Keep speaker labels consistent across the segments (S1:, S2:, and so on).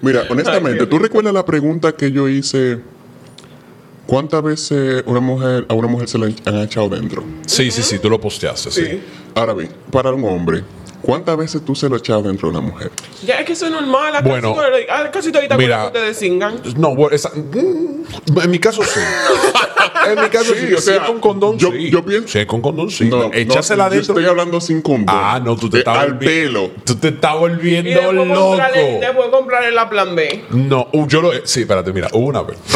S1: Mira, honestamente, ¿tú recuerdas la pregunta que yo hice? ¿Cuántas veces una mujer, a una mujer se le han echado dentro?
S2: Sí, sí, sí, tú lo posteaste, sí.
S1: Ahora bien, para un hombre, ¿cuántas veces tú se lo has echado dentro a una mujer?
S3: Ya es que eso es normal. a
S2: Bueno,
S3: casi, todo- a ah, casi todita
S2: mira.
S3: cuando ustedes singan.
S2: No, bueno, esa- mm, en mi caso sí. en mi caso sí,
S1: Sí, o
S2: si
S1: sea,
S2: es con condón,
S1: yo-
S2: sí.
S1: yo pienso-
S2: Si es con condón, sí. Échasela
S1: yo
S2: dentro.
S1: estoy hablando sin condón.
S2: Ah, no, tú te
S1: Eh,
S2: estás
S1: Al
S2: volvi-
S1: pelo.
S2: Tú te estás
S3: Y
S2: volviendo
S3: después
S2: loco.
S3: comprarle, después comprarle la plan B.
S2: No, uh, yo lo. Sí, espérate, mira, hubo una vez.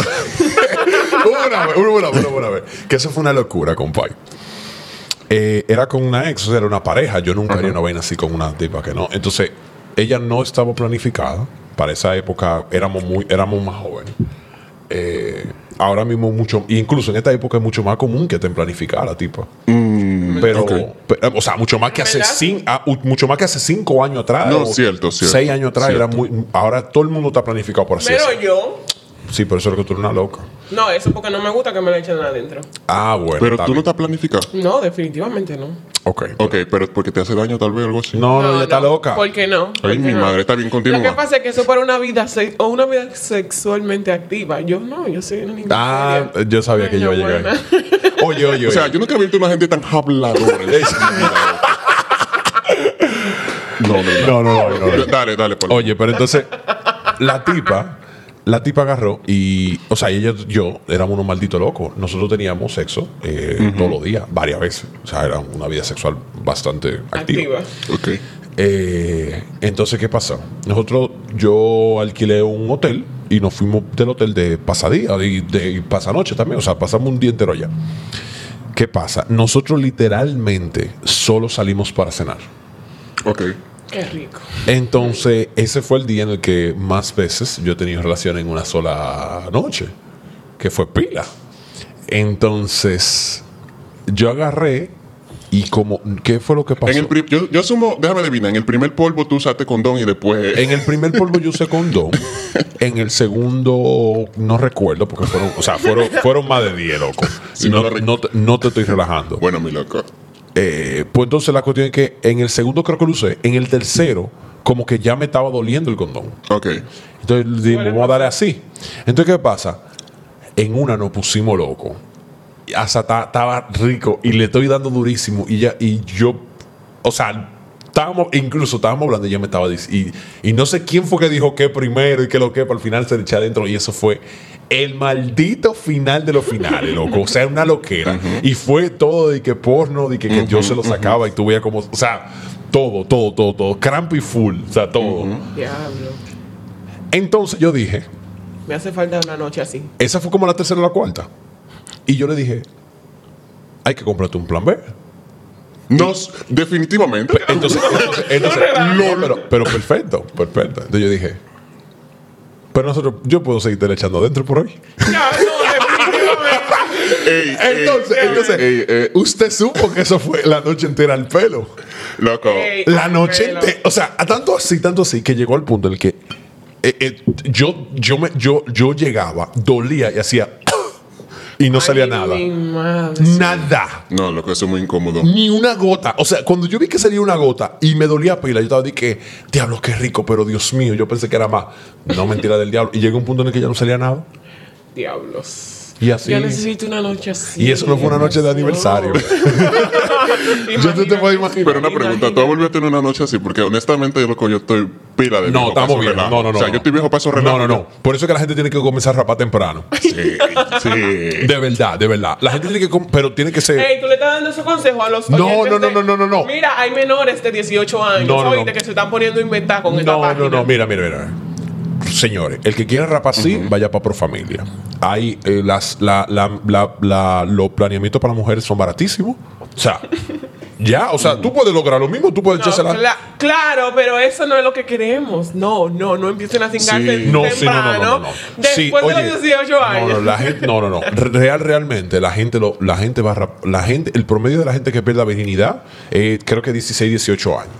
S2: hubo una vez, hubo una vez, hubo una vez. Que eso fue una locura, compadre. Eh, era con una ex, o sea, era una pareja. Yo nunca haría una vaina así con una tipa que no. Entonces, ella no estaba planificada. Para esa época éramos muy, éramos más jóvenes. Eh, ahora mismo mucho, incluso en esta época es mucho más común que te planificara la tipa. pero,
S1: Mm, ok.
S2: pe- o sea, mucho más que hace
S3: ¿Verdad?
S2: cin- ah, u- mucho más que hace cinco años atrás.
S1: No,
S2: o
S1: cierto, cierto,
S2: Seis años atrás
S1: cierto.
S2: era muy, ahora todo el mundo está planificado por así.
S3: Pero
S2: hacer.
S3: yo.
S2: Sí, pero eso es lo que tú eres una loca.
S3: No, eso porque no me gusta que me lo echen adentro.
S2: Ah, bueno.
S1: Pero
S2: está
S1: tú no
S2: bien.
S1: estás planificado.
S3: No, definitivamente no.
S2: Ok.
S1: Ok, pero porque te hace daño tal vez algo así.
S2: No, no, ella está loca.
S3: ¿Por qué no? ¿Por
S1: Ay,
S3: qué
S1: mi
S3: no?
S1: madre, está bien, continúa.
S3: Lo que pasa es que eso para una vida se- o una vida sexualmente activa. Yo no, yo soy una niña.
S2: Ah,
S3: seria.
S2: yo sabía que
S3: Ay,
S2: yo
S3: no,
S2: iba a llegar ahí.
S3: buena.
S2: Oye, oye, oye.
S1: O sea, yo nunca he visto una gente tan habladora. no, no, no.
S2: no, no, no, no, no.
S1: Dale, dale, por
S2: Oye, pero entonces, la tipa, la tipa agarró y, o sea, ella, yo, éramos unos malditos locos. Nosotros teníamos sexo eh, todos los días, varias veces. O sea, era una vida sexual bastante
S3: Activa.
S2: activa.
S1: Ok.
S2: Eh, entonces, ¿qué pasa? Nosotros, yo alquilé un hotel y nos fuimos del hotel de pasadía y de y pasanoche también. O sea, pasamos un día entero allá. ¿Qué pasa? Nosotros literalmente solo salimos para cenar.
S1: Ok.
S3: Qué rico.
S2: Entonces, ese fue el día en el que más veces yo he tenido relación en una sola noche, que fue pila. Entonces, yo agarré y como, ¿qué fue lo que pasó?
S1: En el pri- yo, yo asumo, déjame adivinar, en el primer polvo tú usaste condón y después.
S2: En el primer polvo yo usé condón. En el segundo, no recuerdo, porque fueron, o sea, fueron, fueron más de 10, loco.
S1: Si
S2: no,
S1: no lo recu-
S2: no te, no te estoy relajando.
S1: Bueno, mi loco.
S2: Eh, pues entonces la cuestión es que en el segundo creo que lo usé. En el tercero, como que ya me estaba doliendo el condón.
S1: Ok.
S2: Entonces dijimos, vamos a darle así. Entonces, ¿qué pasa? En una nos pusimos loco. Y Hasta ta- estaba rico y le estoy dando durísimo. Y ya, y yo, o sea, estábamos, incluso estábamos hablando y ya me estaba diciendo. Y, y no sé quién fue que dijo qué primero y qué lo que, pero al final se le echa adentro. Y eso fue el maldito final de los finales, loco. O sea, una loquera. Y fue todo de que porno, de que, que yo se lo sacaba y tú veías como, o sea, todo, todo, todo, todo. Cramp y full, o sea, todo.
S3: Diablo.
S2: Entonces yo dije,
S3: Me hace falta una noche así.
S2: esa fue como la tercera o la cuarta. Y yo le dije, hay que comprarte un plan B. Pues,
S1: Nos, definitivamente.
S2: Entonces, entonces- entonces- no, pero, pero perfecto, perfecto. Entonces yo dije, pero nosotros, yo puedo seguir echando adentro por hoy.
S3: Ya, no, definitivamente.
S1: Ey, ey,
S2: Entonces,
S1: ey,
S2: entonces,
S1: ey, ey,
S2: usted supo que eso fue la noche entera al pelo.
S1: loco.
S3: Ey.
S2: La noche
S3: Pelo.
S2: entera. O sea, a tanto así, tanto así, que llegó al punto en el que eh, eh, yo, yo, me, yo, yo llegaba, dolía y hacía. y no salía
S3: Ay,
S2: nada.
S3: Mi madre.
S2: Nada.
S1: No, loco, eso es muy incómodo.
S2: Ni una gota. O sea, cuando yo vi que salía una gota y me dolía pila, yo estaba de que, diablo, qué rico, pero Dios mío, yo pensé que era más. No, mentira del diablo. Y llegó un punto en el que ya no salía nada.
S3: Diablos.
S2: Y así.
S3: Yo necesito una noche así.
S2: Y eso no fue una noche de aniversario.
S3: yo
S2: te puedo imaginar.
S1: Pero una pregunta, ¿tú volviste a tener una noche así? Porque honestamente, loco, yo estoy pila de
S2: No,
S1: viejo pa'
S2: estamos
S1: esos
S2: bien.
S1: relajos.
S2: No, no, no.
S1: O sea, yo estoy viejo paso relajo.
S2: No, no, no. Por eso es que la gente tiene que comenzar a rapar temprano.
S1: Sí, sí.
S2: De verdad, de verdad. La gente tiene que. com- Pero tiene que ser.
S3: Ey, tú le estás dando esos consejos a los
S2: No,
S3: oyentes
S2: no, no,
S3: de-
S2: no, no, no, no.
S3: Mira, hay menores de 18 años,
S2: No, no,
S3: oíste,
S2: no.
S3: que se están poniendo a inventar con esta
S2: No,
S3: página.
S2: no, no. Mira, mira, mira. Señores, el que quiera rapar así, vaya para por familia. Hay eh, las, la, la, la, la- los planeamientos para mujeres son baratísimos. O sea, ya, o sea, tú puedes lograr lo mismo, tú puedes
S3: No,
S2: echársela.
S3: cla- claro, pero eso no es lo que queremos. No, no, no empiecen a cingarse
S1: Sí.
S2: No,
S3: temprano.
S2: sí, no, no, no, no, no. Sí,
S3: Después de
S2: oye,
S3: los 18 años.
S2: No, no, la gente, no, no, no. Real, realmente, la gente, lo, la gente va, rap- la gente, el promedio de la gente que pierde la virginidad, eh, creo que 16, 18 años.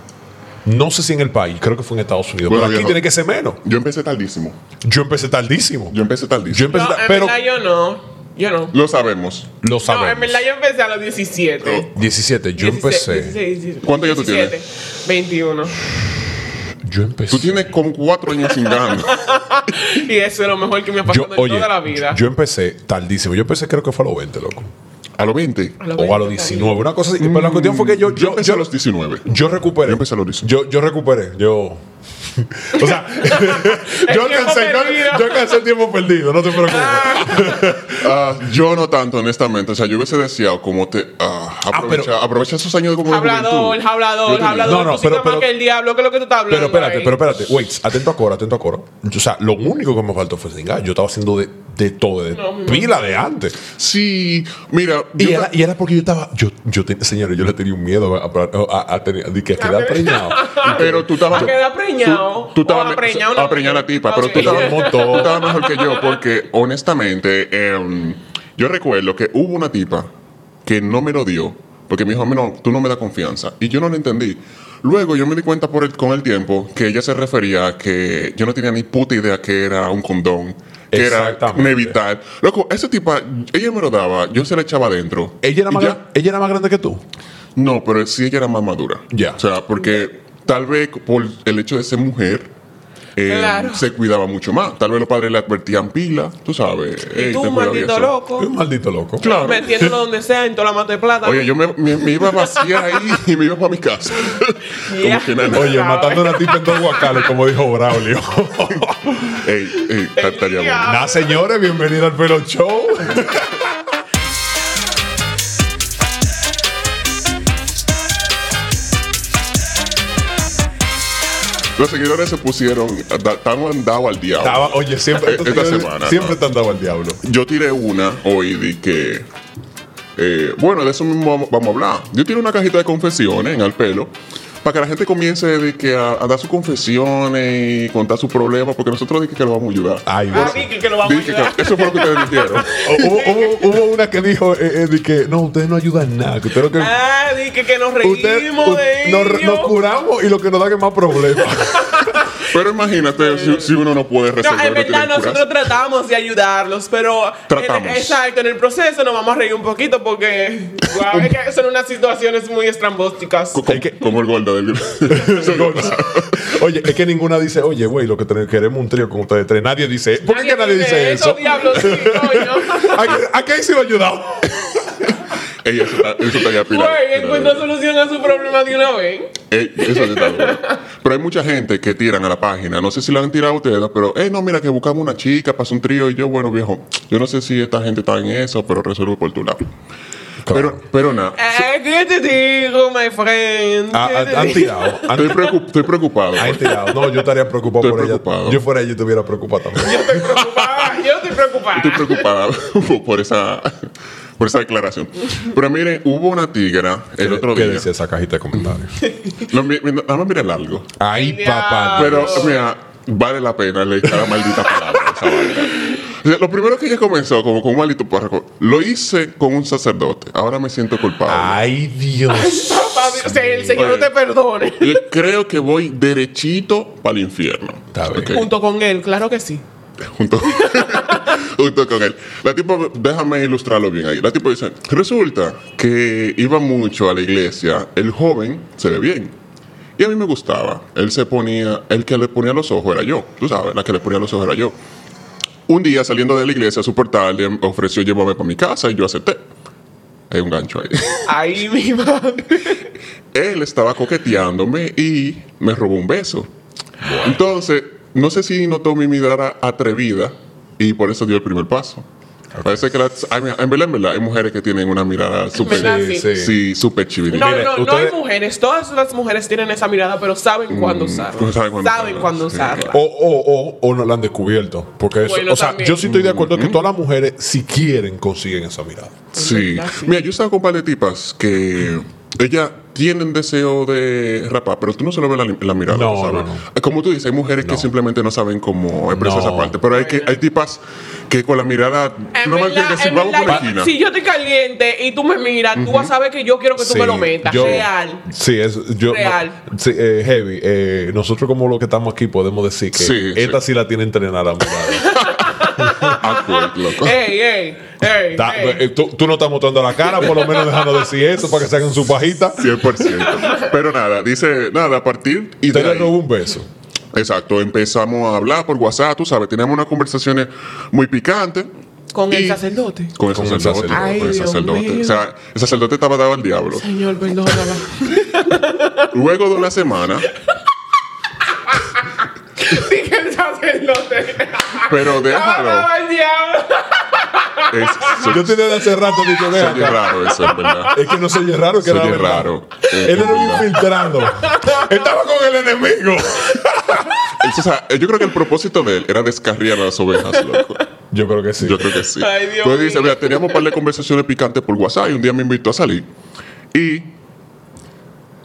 S2: No sé si en el país, creo que fue en Estados Unidos,
S1: Bueno,
S2: pero aquí
S1: viejo.
S2: tiene que ser menos.
S1: Yo empecé tardísimo.
S2: Yo empecé tardísimo.
S1: Yo empecé
S2: Yo
S1: tardísimo.
S2: empecé,
S3: No,
S2: ta-
S3: en
S2: pero
S3: verdad yo no. Yo no.
S1: Lo sabemos.
S2: lo
S3: No,
S2: sabemos.
S3: en verdad yo empecé a los 17.
S2: 17, yo
S3: 16,
S2: empecé.
S3: 16, 17,
S1: ¿Cuántos años tú
S3: 17, 21.
S2: Yo empecé.
S1: Tú tienes como cuatro años sin ganas.
S3: Y eso es lo mejor que me ha
S2: yo,
S3: pasado en
S2: oye,
S3: toda la vida.
S2: yo empecé tardísimo. Yo empecé creo que fue a los 20, loco.
S1: A los 20.
S3: A los
S2: o
S3: 20
S2: a los
S3: también.
S2: 19, una cosa así. Pero la cuestión fue que yo,
S1: Mm. Yo
S2: yo,
S1: empecé
S2: yo,
S1: a los 19.
S2: yo recuperé.
S1: Yo empecé a los 19.
S2: Yo, yo recuperé. Yo. o sea, yo,
S3: tiempo
S2: alcancé, yo,
S3: perdido.
S2: yo alcancé el tiempo perdido, no te preocupes.
S1: Ah, yo no tanto, honestamente. O sea, yo hubiese deseado como te. ah, aprovecha,
S2: pero-
S1: aprovecha esos años de como. de
S3: Hablador,
S1: juventud. Yo
S3: hablador,
S1: tenía-
S3: hablador.
S2: No, no,
S3: tú sí
S2: pero-
S3: nada más
S2: pero-
S3: que el diablo, que es lo que tú estás
S2: Pero
S3: hablando.
S2: espérate,
S3: ahí.
S2: pero espérate. Wait, atento a Cora, atento a Cora. O sea, lo único que me faltó fue sin gas. Yo estaba haciendo de, de todo, de
S3: No, mi
S2: pila de antes.
S1: Sí, mira.
S2: Y
S1: yo-
S2: era, y era porque yo estaba. Yo, yo ten- señores, yo le tenía un miedo a, a, a- a tener- de que a quedar preñado.
S1: pero tú estabas.
S3: Va a quedar preñado.
S1: Tú, tú estabas
S3: O
S1: me-
S3: a preñar una
S1: a preñar a la
S3: mujer. Ah,
S1: tipa, pero
S3: Ok.
S1: tú estabas,
S2: Un montón.
S1: tú estabas mejor que yo porque, honestamente, em, yo recuerdo que hubo una tipa que no me lo dio porque me dijo, "A mí no, tú no me das confianza. Y yo no lo entendí. Luego yo me di cuenta por el- con el tiempo que ella se refería a que yo no tenía ni puta idea que era un condón, que era
S2: Exactamente.
S1: un evitar. Loco, esa tipa, ella me lo daba, yo se la echaba adentro.
S2: Ella era,
S1: Y
S2: más,
S1: ya.
S2: gran- ella era más grande que tú.
S1: No, pero sí ella era más madura.
S2: Ya.
S1: O sea, porque tal vez por el hecho de ser mujer, eh,
S3: Claro.
S1: se cuidaba mucho más. Tal vez los padres le advertían pila, tú sabes.
S3: Y
S1: "Ey,
S3: tú,
S1: ten cuidado y
S3: maldito
S1: eso".
S2: Un
S3: loco.
S2: maldito loco.
S1: Claro.
S3: Metiéndolo donde sea, en toda la mata de plata.
S1: Oye, yo me, me- me iba a vaciar ahí y me iba para mi casa.
S3: Ya.
S1: Como que nada.
S2: Oye,
S3: ¿Sabes?
S2: matando a una tipa en dos guacales, como dijo Braulio.
S1: Ey, ey, ta- estaría bueno.
S2: Nada, señores, bienvenido al Pelo Show.
S1: Los seguidores se pusieron, da- estaban dados al diablo.
S2: Estaba, oye, siempre.
S1: Esta
S2: señores,
S1: semana,
S2: Siempre
S1: no.
S2: te han dado al diablo.
S1: Yo tiré una hoy de que. eh, bueno, de eso mismo vamos- vamos a hablar. Yo tiré una cajita de confesiones en al pelo para que la gente comience de que a, a dar sus confesiones y contar sus problemas, porque nosotros dije que lo vamos a ayudar.
S2: Ay,
S3: Ah,
S2: bueno.
S3: sí, que, que lo vamos a
S1: Dije
S3: ayudar.
S1: que- eso fue lo que ustedes dijeron.
S2: Hubo, hubo- hubo una que dijo eh, eh, de que no, ustedes no ayudan en nada. Que ustedes lo que.
S3: Ah, di que, que nos
S2: usted-
S3: reímos de
S2: u- nos,
S3: ellos.
S2: nos curamos y lo que nos dan es más problemas.
S1: Pero imagínate si, si uno no puede resolver.
S3: No, en
S1: lo que tiene
S3: verdad
S1: que curarse.
S3: nosotros tratamos de ayudarlos, pero en-
S1: Tratamos.
S3: exacto, en el proceso nos vamos a reír un poquito porque guau, es que son unas situaciones muy estrambóticas.
S1: Co- Como, como el gordo del
S2: oye, es que ninguna dice, oye, güey, lo que tenemos- queremos un trío con ustedes tres. Nadie dice, ¿por qué que nadie dice eso?
S3: diablos, sí, coño.
S2: Aquí- Aquí sí lo ayudamos.
S1: Ey, eso, está- eso estaría pirata.
S3: Güey, Pues, encuentra solución a su problema de una vez.
S1: Ey, Eh, eso sí está duro. Pero hay mucha gente que tiran a la página. No sé si la han tirado ustedes, pero, hey, no, mira, que buscamos una chica, pasó un trío. Y yo, bueno, viejo, yo no sé si esta gente está en eso, pero resuelvo por tu lado. Pero, pero nada.
S3: Eh, ¿Qué te digo, my friend?
S2: Ah,
S3: ¿Qué
S2: ah,
S3: te
S2: han
S3: digo?
S2: tirado. Han,
S1: Estoy, preocup- estoy preocupado.
S2: han tirado. No, yo estaría preocupado
S1: Estoy
S2: por
S1: preocupado.
S2: ella. Yo fuera ella estuviera preocupado también.
S3: Yo estoy preocupada, Ah, yo estoy preocupada.
S1: Estoy preocupada por- por esa, por esa declaración. Pero mire, hubo una tigra el otro
S2: ¿Qué
S1: día.
S2: decía esa cajita de comentarios?
S1: No, mi- mi- nada más mira el algo.
S2: Ay,
S3: Diablo.
S2: papá.
S1: Pero,
S2: Dios.
S1: mira, vale la pena leer cada maldita palabra. a esa vaina. O sea, lo primero que ella comenzó, como con un maldito párrafo, lo hice con un sacerdote. Ahora me siento culpable.
S2: Ay, Dios.
S3: Papá, o sea, el Señor no te perdone.
S1: Yo creo que voy derechito para el infierno.
S2: Está bien.
S1: Ok,
S3: Junto con él, claro que sí.
S1: junto, junto con él. La tipo, déjame ilustrarlo bien ahí. La tipo dice, resulta que iba mucho a la iglesia. El joven se ve bien. Y a mí me gustaba. Él se ponía, el que le ponía los ojos era yo. Tú sabes, la que le ponía los ojos era yo. Un día saliendo de la iglesia, súper tarde, me ofreció llevarme para mi casa y yo acepté. Hay un gancho ahí.
S3: Ay, mi madre.
S1: él estaba coqueteándome y me robó un beso. Entonces, no sé si notó mi mirada atrevida y por eso dio el primer paso. Parece que las, ay, mira, en verdad, en verdad, hay mujeres que tienen una mirada
S3: verdad,
S1: súper
S3: sí.
S1: sí, súper chivirita.
S3: No,
S2: Mire,
S3: no, no
S2: ustedes-
S3: hay mujeres. Todas las mujeres tienen esa mirada, pero saben cuándo usarla.
S1: no saben Mm, cuándo usarla,
S3: cuándo
S1: sí. Oh,
S3: usarla.
S2: O, o, o, o no la han descubierto. Porque eso,
S3: Bueno,
S2: o sea,
S3: también.
S2: yo sí estoy de acuerdo
S1: Mm.
S2: que todas las mujeres, si quieren, consiguen esa mirada.
S1: Sí.
S3: verdad, sí.
S1: Mira, yo estaba con un par de tipas que ellas tienen deseo de rapar, pero tú no se lo ves la, la mirada.
S2: No,
S1: tú ¿sabes?
S2: no,
S1: Como tú dices, hay mujeres que simplemente no saben cómo expresar
S2: No.
S1: esa parte. Pero hay, que, hay tipas que con la mirada.
S3: En
S1: No me
S3: verdad,
S1: entiendes, si
S3: en
S1: vamos por la
S3: verdad,
S1: esquina.
S3: si yo estoy caliente y tú me miras, tú vas a saber que yo quiero que tú
S2: Sí,
S3: me lo metas.
S2: yo-
S3: Real.
S2: Sí, es yo,
S3: Real.
S2: no, sí, eh, heavy. eh, nosotros, como los que estamos aquí, podemos decir que
S1: Sí,
S2: esta sí. la tiene entrenada la mirada.
S1: Awkward, loco.
S3: ¡Ey, ey! ¡Ey!
S2: Ta-
S3: ey.
S2: eh, tú, tú no estás mostrando la cara, por lo menos déjanos decir eso para que saquen su pajita.
S1: 100%. Pero nada, dice, nada, a partir y de
S2: Usted le
S1: ahí-
S2: robó un beso.
S1: Exacto, empezamos a hablar por WhatsApp, tú sabes, teníamos unas conversaciones muy picantes.
S3: Con
S1: y-
S3: el sacerdote.
S1: Con el
S2: Con el
S1: sacerdote.
S2: sacerdote.
S1: con el
S3: Ay, Dios
S1: sacerdote.
S3: mío.
S1: O sea, el sacerdote estaba dado al diablo.
S3: Señor, perdónala.
S1: Luego de una semana,
S3: Dije el sacerdote.
S1: pero déjalo.
S3: ¡Ah, el diablo!
S1: Es, se-
S2: Yo tenía de hace rato dicho,
S1: se
S2: "Ven
S1: oye
S2: acá".
S1: raro eso, en verdad.
S2: Es que no se oye raro, que
S1: Se
S2: era
S1: oye
S2: verdad.
S1: raro.
S2: Él era un infiltrando. Estaba con el enemigo.
S1: O sea, yo creo que el propósito de él era descarriar a las ovejas, loco.
S2: Yo creo que sí.
S1: Yo creo que sí.
S3: Ay, Dios
S1: Entonces dice,
S3: mío.
S1: mira, teníamos un par de conversaciones picantes por WhatsApp y un día me invitó a salir. Y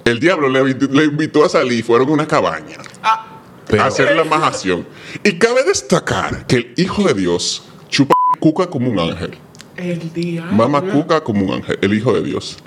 S1: el diablo le, invit- le invitó a salir y fueron a una cabaña
S3: Ah.
S2: Pero-
S1: a hacer la majación. Y cabe destacar que el hijo de Dios chupa cuca como un ángel.
S3: El diablo.
S1: Mama cuca como un ángel, el hijo de Dios.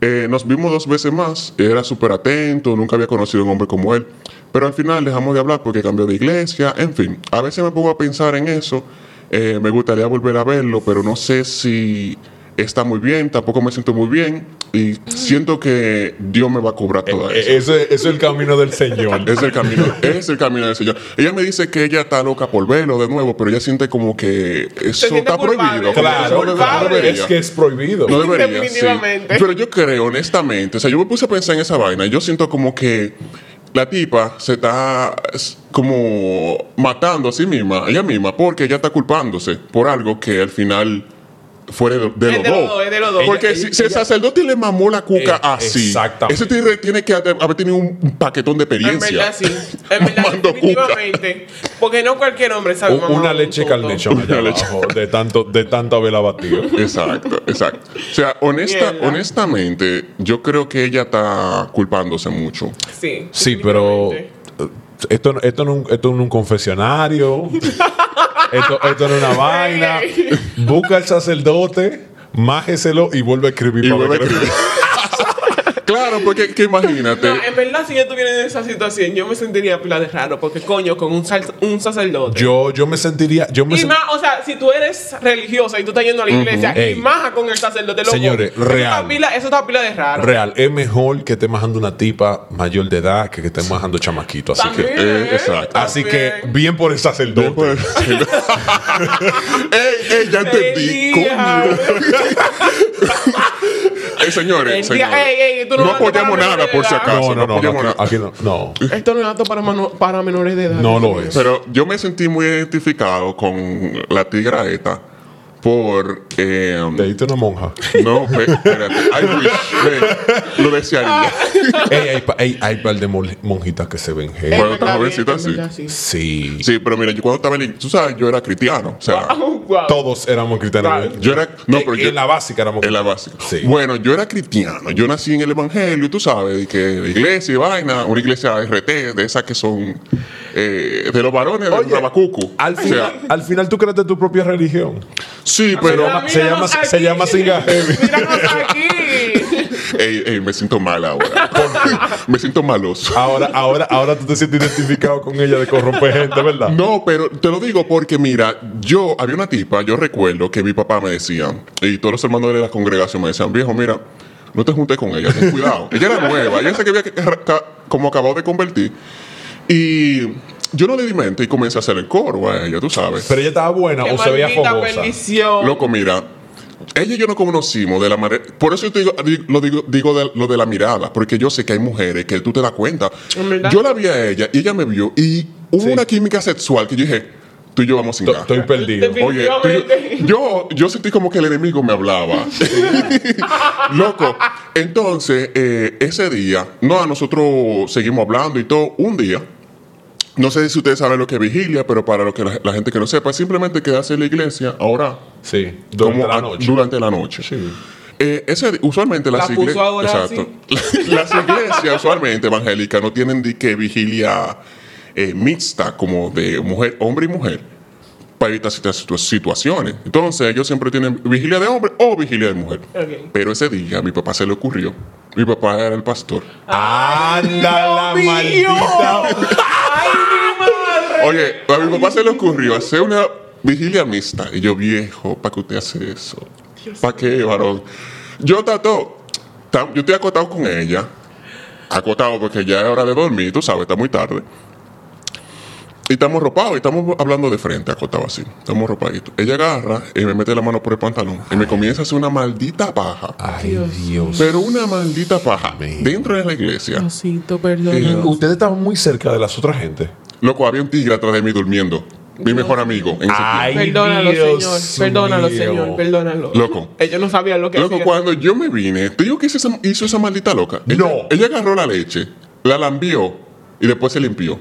S1: Eh, nos vimos dos veces más, era súper atento, nunca había conocido a un hombre como él, pero al final dejamos de hablar porque cambió de iglesia, en fin, a veces me pongo a pensar en eso, eh, me gustaría volver a verlo, pero no sé si está muy bien, tampoco me siento muy bien y siento que Dios me va a cobrar toda eso.
S2: E- Eso, es- eso es el camino del Señor.
S1: Es el camino, es el camino del Señor. Ella me dice que ella está loca por verlo de nuevo, pero ella siente como que eso
S3: siente
S1: está
S3: culpable.
S1: prohibido. como que eso
S2: Claro,
S1: no debe- no
S2: claro,
S1: debería.
S2: es que es prohibido.
S1: No debería, sí.
S3: Definitivamente.
S1: Pero yo creo, honestamente, o sea, yo me puse a pensar en esa vaina. y Yo siento como que la tipa se está es, como matando a sí misma, a ella misma, porque ella está culpándose por algo que al final fuera de,
S3: Es
S1: de los
S3: de los
S1: dos.
S3: dos, es de los dos.
S1: Porque
S2: Ella-
S1: si,
S2: ella-
S1: si el
S2: ella-
S1: sacerdote le mamó la cuca
S2: Eh,
S1: así,
S2: exactamente.
S1: ese tigre tiene que haber haber tenido un paquetón de
S3: En
S1: experiencia.
S3: verdad, sí. En verdad,
S1: Mamando cuca.
S3: definitivamente. Porque no cualquier hombre sabe
S2: U-
S3: mamar
S2: una
S3: un
S2: leche
S3: coco.
S2: carnation allá
S1: Una leche.
S2: abajo, de tanto de tanta vela batida.
S1: Exacto, exacto. O sea, honesta,
S3: Mierda.
S1: honestamente, yo creo que ella está culpándose mucho.
S3: Sí.
S2: Sí, pero eh,
S3: definitivamente.
S2: esto, no- esto, no, es un- esto no es un confesionario. esto, esto no es una vaina. Busca al sacerdote, májeselo y vuelve a escribir.
S1: Y
S2: para
S1: vuelve a
S2: que-
S1: escribir. claro, porque que imagínate.
S3: No, en verdad, si yo estuviera en esa situación, yo me sentiría pila de raro. Porque, coño, con un, sal- un sacerdote.
S2: Yo, yo me sentiría. Yo me
S3: y
S2: sen-
S3: más, o sea, si tú eres religiosa y tú estás yendo a la iglesia
S2: Ey.
S3: y más con el sacerdote loco.
S2: Señores,
S3: eso
S2: real.
S3: Está pila, eso está pila de raro.
S2: Real, es mejor que esté majando una tipa mayor de edad que que esté majando chamaquito. Así que,
S3: También,
S1: eh, exacto.
S2: así que
S3: también.
S2: bien por el sacerdote.
S1: Después-
S3: eh.
S1: ey, ey, ya entendí.
S3: El
S1: Coño.
S3: diablo.
S1: Eh, señores,
S3: El día-
S1: señores,
S3: ey, ey, tú no
S1: no
S3: vas a tocar
S1: apoyamos
S3: la
S1: nada por si
S3: realidad.
S1: acaso.
S2: No, no, no, no,
S1: apoyamos
S2: aquí,
S1: nada.
S2: aquí no, no,
S3: Esto no es apto para, mano- para menores de edad.
S2: no lo es.
S1: Pero yo me sentí muy identificado con la tigra esta por. eh,
S2: Te diste una monja.
S1: no, pe- espérate. I wish. ve, lo desearía.
S3: Ah.
S2: Ey, hay, pa- ey, hay par de mol- monjitas que se ven. heavy.
S3: En
S1: Bueno,
S3: verdad,
S1: esta jovencita
S3: en
S1: sí.
S3: verdad, sí.
S2: Sí.
S1: Sí, pero mira, yo cuando estaba en la ig- Tú sabes, yo era cristiano. O sea,
S3: Wow, wow.
S2: Todos éramos cristianos.
S1: yo era. No, pero
S2: en,
S1: yo-
S2: en la básica éramos
S1: En la básica.
S2: Sí.
S1: Bueno, yo era cristiano. Yo nací en el evangelio, tú sabes, y que de iglesia y vaina, una iglesia RT, de esas que son eh, de los varones de
S2: Oye,
S1: Rabacucu.
S2: Al
S1: O sea,
S2: final, al final tú creaste tu propia religión.
S1: sí, pero.
S2: llama- se llama-
S3: Míranos
S2: se
S3: aquí.
S2: llama Singa Heavy.
S3: Míranos aquí.
S1: Ey, ey, me siento mal ahora. me siento maloso.
S2: Ahora, ahora, ahora tú te sientes identificado con ella de corromper gente, ¿verdad?
S1: No, pero te lo digo porque, mira, yo había una tipa, yo recuerdo que mi papá me decía, y todos los hermanos de la congregación me decían, viejo, mira, no te juntes con ella, ten cuidado. ella era nueva, ella se que había que- ca- como acabado de convertir. Y yo no le di mente y comencé a hacer el coro a ella, tú sabes.
S2: Pero ella estaba buena
S3: Qué
S2: o se veía
S3: maldita
S2: fogosa.
S3: bendición.
S1: Loco, mira, ella y yo nos conocimos de la manera. Por eso yo te digo, di- lo digo, digo de- lo de la mirada, porque yo sé que hay mujeres que tú te das cuenta.
S3: En verdad.
S1: Yo la vi a ella y ella me vio y hubo
S2: Sí.
S1: una química sexual que yo dije, tú y yo vamos sin
S2: To- Estoy perdido.
S1: Oye, tú-
S3: Definitivamente.
S1: yo, yo sentí como que el enemigo me hablaba. Loco. Entonces, eh, ese día, no, a nosotros seguimos hablando y todo. Un día, no sé si ustedes saben lo que es vigilia, pero para lo que la, la gente que no sepa, es simplemente quedarse en la iglesia ahora
S2: Sí, durante
S1: como
S2: la
S1: a-
S2: noche.
S1: durante la noche.
S2: Sí.
S1: Eh, ese di- usualmente las
S3: La puso
S1: iglesias.
S3: a orar,
S1: Las iglesias usualmente evangélicas no tienen di que vigilia eh, mixta, como de mujer, hombre y mujer, para evitar ciertas situ- situaciones. Entonces, ellos siempre tienen vigilia de hombre o vigilia de mujer.
S3: Ok.
S1: Pero ese día a mi papá se le ocurrió. Mi papá era el pastor.
S2: Anda la
S3: Dios mío.
S2: maldita.
S3: ¡Ay, mi madre!
S1: Oye, a mi papá se le ocurrió hacer una vigilia mixta. Y yo, viejo, ¿para qué usted hace eso? ¿Para qué, varón? Yo, Tato, tam- yo estoy acotado con ella. Acotado porque ya es hora de dormir, tú sabes, está muy tarde. Y estamos ropados, y estamos hablando de frente, acotado así. Estamos ropaditos. Ella agarra y me mete la mano por el pantalón y me comienza a hacer una maldita paja.
S2: Ay, Dios.
S1: Pero una maldita paja dentro de la iglesia.
S3: Diosito,
S2: Y
S3: perdón.
S2: ustedes estaban muy cerca de las otras gente.
S1: Loco, había un tigre atrás de mí durmiendo. Mi mejor amigo. En ese
S3: Perdónalo, señor. Perdónalo, señor. Perdónalo.
S1: Loco.
S3: Ellos no sabían lo que
S1: Loco,
S3: hacían.
S1: cuando yo me vine, te digo que hizo esa, hizo esa maldita loca. Ella-
S2: No.
S1: Ella agarró la leche, la lambió y después se limpió.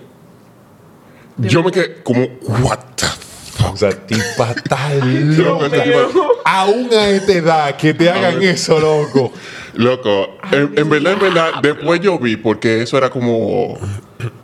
S1: Yo me quedé como, what the fuck.
S2: O sea, tipa tal
S1: este Loco, esa tipa-
S2: Aún a esta edad que te hagan eso, loco.
S1: Loco, en, en verdad, en verdad, después yo vi porque eso era como...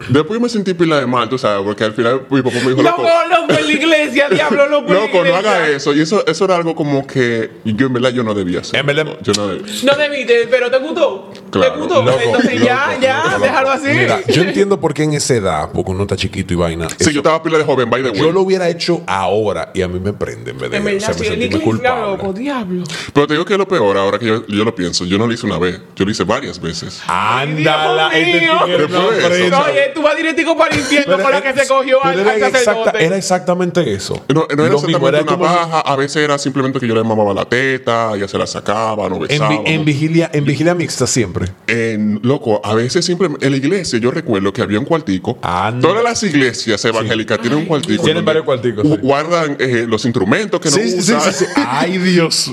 S1: Después me sentí pila de mal, tú sabes, porque al final mi papá me dijo,
S3: Loco,
S1: loco,
S3: loco en la iglesia, diablo, loco. en la
S1: loco, no
S3: iglesia.
S1: haga eso. Y eso, eso era algo como que yo en verdad yo no debía hacer.
S2: En verdad-
S1: yo no debía.
S3: No debiste, pero te gustó.
S1: Claro,
S3: te gustó.
S1: loco,
S3: Entonces ya,
S1: loco,
S3: ya,
S1: loco, loco.
S3: déjalo así.
S2: Mira, yo entiendo por qué en esa edad, porque uno está chiquito y vaina.
S1: Sí,
S2: eso-
S1: yo estaba pila de joven, by the way.
S2: yo lo hubiera hecho ahora y a mí me prende en vez de
S3: En
S2: o sea,
S3: verdad,
S2: me
S3: sí, en la
S2: sentí muy
S3: iglesia, loco,
S2: culpable.
S3: diablo.
S1: Pero te digo que lo peor, ahora que yo, yo lo pienso, yo no lo hice una vez, yo lo hice varias veces.
S2: Ándala,
S3: Ay, Dios
S2: este
S3: mío.
S2: tigre
S1: Después
S2: no
S1: de eso.
S2: prende.
S1: Esa-
S3: Oye, tú vas directico para el infierno
S2: Pero
S3: con la
S2: era-
S3: que se cogió al,
S2: pero
S3: al
S2: era, exacta-
S3: sacerdote.
S2: era exactamente eso.
S1: No, no era
S2: Lo mismo,
S1: exactamente una
S2: como-
S1: paja, a veces era simplemente que yo le mamaba la teta, ella se la sacaba, no
S2: en,
S1: besaba.
S2: vi- en vigilia, en vigilia mixta siempre.
S1: En- loco, a veces simplemente en la iglesia yo recuerdo que había un cuartico.
S2: Ah, no.
S1: Todas las iglesias evangélicas tienen un cuartico.
S2: Tienen
S1: donde
S2: varios cuarticos,
S1: gu-
S2: sí.
S1: Guardan eh, los instrumentos que no usan.
S2: Ay, Dios.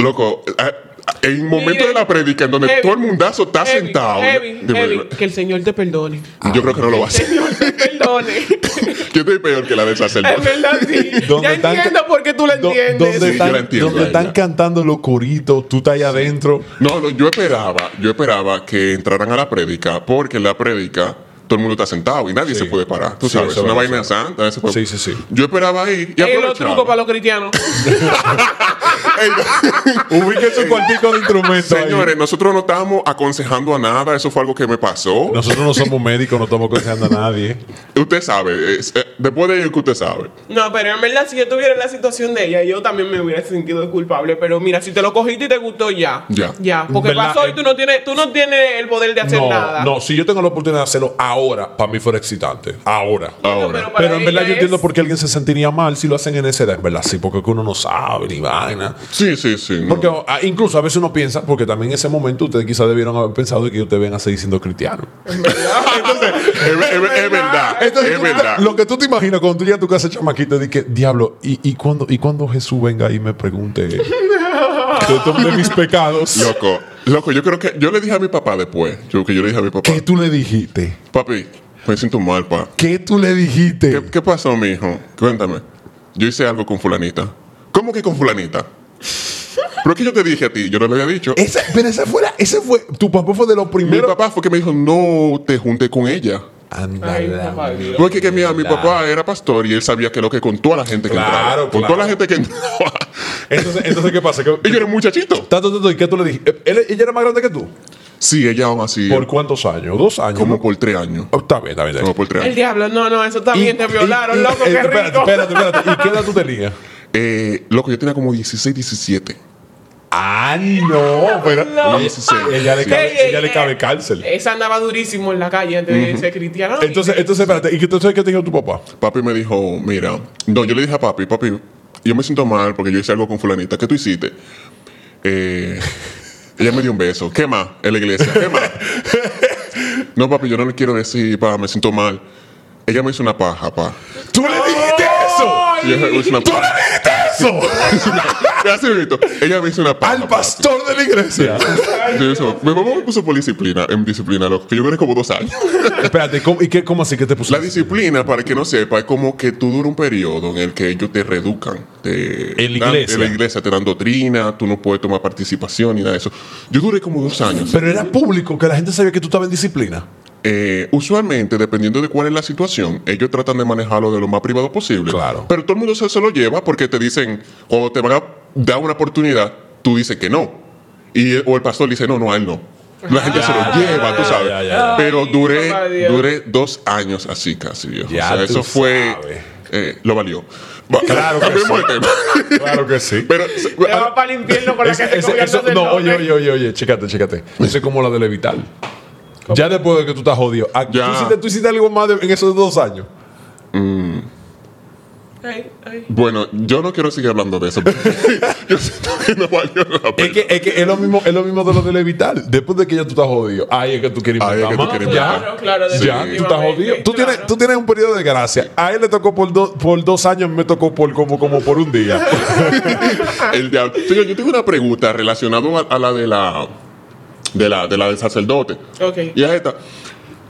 S1: Loco, a- a- en momentos
S3: Mire,
S1: de la predica en donde
S3: heavy,
S1: todo el mundazo está
S3: Heavy,
S1: sentado.
S3: heavy,
S1: de-
S3: heavy, Ah, que el Señor te perdone.
S1: Yo creo que no lo va a hacer.
S3: Señor, te perdone.
S1: Yo estoy peor que la del
S3: En
S1: sacerdote.
S3: verdad, sí. Ya
S2: están-
S3: entiendo por qué tú la
S2: do-
S3: entiendes.
S2: Donde
S1: Sí, yo
S2: están,
S1: la entiendo
S2: donde
S1: a
S2: están
S1: ella.
S2: cantando los coritos, tú estás ahí adentro.
S1: No, no, yo esperaba, yo esperaba que entraran a la prédica, porque en la prédica todo el mundo está sentado y nadie se puede parar. Tú
S2: Sí,
S1: sabes, es
S2: eso
S1: una
S2: es
S1: vaina
S2: verdad.
S1: santa. nadie se puede-
S2: Sí, sí, sí.
S1: Yo esperaba ahí y
S3: Es los
S1: aprovechaba.
S3: trucos para los cristianos.
S2: Ubiquen su cuartico de instrumento. ahí.
S1: Señores, nosotros no estábamos aconsejando a nada, eso fue algo que me pasó.
S2: Nosotros no somos médicos, no estamos aconsejando a nadie.
S1: Usted sabe, es- eh, después de ello que usted sabe.
S3: No, pero en verdad, si yo tuviera la situación de ella, yo también me hubiera sentido culpable. Pero mira, si te lo cogiste y te gustó, ya.
S1: Ya.
S3: Ya. Porque
S2: ¿Verdad?
S3: pasó y
S2: Eh,
S3: tú no tienes, tú no tienes el poder de hacer
S2: No,
S3: nada.
S2: no, si yo tengo la oportunidad de hacerlo ahora, para mí fuera excitante. Ahora.
S1: Ahora,
S3: para
S2: Pero en verdad
S3: ella
S2: yo entiendo
S3: es-
S2: por qué alguien se sentiría mal si lo hacen en esa edad, en verdad, sí, porque que uno no sabe ni vaina.
S1: sí, sí, sí. no.
S2: Porque ah, incluso a veces uno piensa, porque también en ese momento ustedes quizás debieron haber pensado de que ustedes ven a seguir siendo cristianos.
S1: Es, es- es- es verdad,
S2: Entonces,
S1: es
S2: tú te-
S1: verdad.
S2: Lo que tú te imaginas cuando tú llegas a tu casa chamaquito y que diablo, ¿y, y, cuando, y cuando Jesús venga y me pregunte de, de mis pecados?
S1: Loco, loco, yo creo que yo le dije a mi papá después, yo que yo le dije a mi papá,
S2: ¿Qué tú le dijiste?
S1: papi, me siento mal, pa.
S2: ¿Qué tú le dijiste?
S1: ¿Qué, ¿Qué pasó, mi hijo? Cuéntame. Yo hice algo con fulanita. ¿Cómo que con fulanita? Pero es que yo te dije a ti, yo no le había dicho.
S2: Ese- pero ese fue, la- ese fue, tu papá fue de los
S1: Mi
S2: primeros.
S1: papá fue que me dijo, no te junte con ella.
S2: Anda
S3: Ay,
S2: la
S3: papá, Dios.
S1: Porque que mira, mi
S2: Claro.
S1: papá era pastor y él sabía que lo que con toda la gente que
S2: Claro,
S1: entraba. Con
S2: claro.
S1: toda la gente que entraba.
S2: Entonces, entonces, ¿qué pasa?
S1: y yo
S2: Que-
S1: era un muchachito.
S2: Tato, tato, ¿y qué tú le dijiste? Eh, él- ¿Ella era más grande que tú?
S1: Sí, ella aún así.
S2: ¿Por cuántos años? ¿Dos años?
S1: como por tres años.
S2: Oh, está bien, está bien. está
S1: Como
S2: bien.
S1: por tres
S3: El
S1: años.
S3: diablo, no, no, eso también te
S2: Y-
S3: violaron,
S2: y-
S3: loco, qué
S2: eh, espérate,
S3: rico.
S2: Espérate, espérate. ¿Y qué edad tú tenías?
S1: Eh, loco, yo tenía como 16, 17.
S2: Ah, no, pero
S3: No.
S1: Oye, sí, sí.
S2: Ah, ella le
S3: Ey,
S2: cabe,
S3: ey,
S2: ella le
S3: ey.
S2: cabe cárcel.
S3: Esa andaba durísimo en la calle antes de ser cristiana.
S2: Entonces, entonces espérate, ¿y qué- entonces qué te dijo tu papá?
S1: Papi me dijo, mira, no, yo le dije a papi, papi, yo me siento mal porque yo hice algo con fulanita. ¿Qué tú hiciste? Eh, ella me dio un beso. ¿Qué más? En la iglesia. ¿Qué más? no, papi, yo no le quiero decir, pa, me siento mal. Ella me hizo una paja, pa.
S2: ¡Tú le dijiste eso!
S1: Ella me hizo una
S2: ¡Tú le
S1: paja.
S2: dijiste eso!
S1: Así mismo. Ella me hizo una paja.
S2: ¡Al
S1: papi.
S2: pastor de la iglesia!
S1: Yo hizo- Mi mamá me puso por disciplina, en disciplina, loco, que yo duré como dos años.
S2: espérate, ¿y cómo- ¿y qué, cómo así que te
S1: La
S2: pusiste?
S1: disciplina, para el que no sepa, es como que tú duras un periodo en el que ellos te reducan. Te
S2: En la
S1: dan-
S2: iglesia.
S1: En la iglesia te dan doctrina, tú no puedes tomar participación ni nada de eso. Yo duré como dos años.
S2: Pero era público, que la gente sabía que tú estabas en disciplina.
S1: Eh, usualmente, dependiendo de cuál es la situación, ellos tratan de manejarlo de lo más privado posible.
S2: Claro.
S1: Pero todo el mundo se, se lo lleva porque te dicen, eh, cuando te van a dar una oportunidad, tú dices que no. Y, o el pastor dice, no, no, a él no. La gente se lo
S2: ya,
S1: lleva,
S2: ya,
S1: tú
S2: Ah, ya,
S1: sabes.
S2: ya, ya.
S1: Pero duré,
S3: papá Dios.
S1: duré dos años así casi, viejo.
S2: Ya
S1: o sea,
S2: tú
S1: eso fue.
S2: sabes.
S1: eh, lo valió. Va,
S2: Claro que
S1: cambiemos
S2: sí.
S1: de tema.
S2: Claro que sí.
S1: Pero,
S3: Te va para el infierno con la
S2: Ese-
S3: que te
S2: ese-
S3: cogió el
S2: eso-
S3: dos del
S2: no, oye,
S3: nombre.
S2: oye, oye, oye, chécate, chécate. Eso es como la de Levital. Ya después de que tú estás jodido. ah, ¿tú,
S1: Ya.
S2: hiciste, tú hiciste algo más de- en esos dos años?
S3: Ay, ay.
S1: bueno, yo no quiero seguir hablando de eso. porque yo siento que no valió la pena.
S2: Es que, es que es lo mismo, es lo mismo de lo de Levital. Después de que ya tú estás jodido. Ahí es que tú quieres
S1: Ahí es
S2: inventar
S1: que tú
S2: más.
S1: quieres
S2: Ya,
S1: inventar.
S3: Claro, claro,
S2: ya, tú estás
S3: definitivamente,
S2: jodido. Tú,
S3: claro.
S2: tienes, tú tienes un periodo de gracia. A él le tocó por, dos- por dos años, me tocó por como, como por un día.
S1: El diablo. Señor, yo tengo una pregunta relacionada a, a la de la de la de la del sacerdote.
S3: Ok.
S1: Y a esta.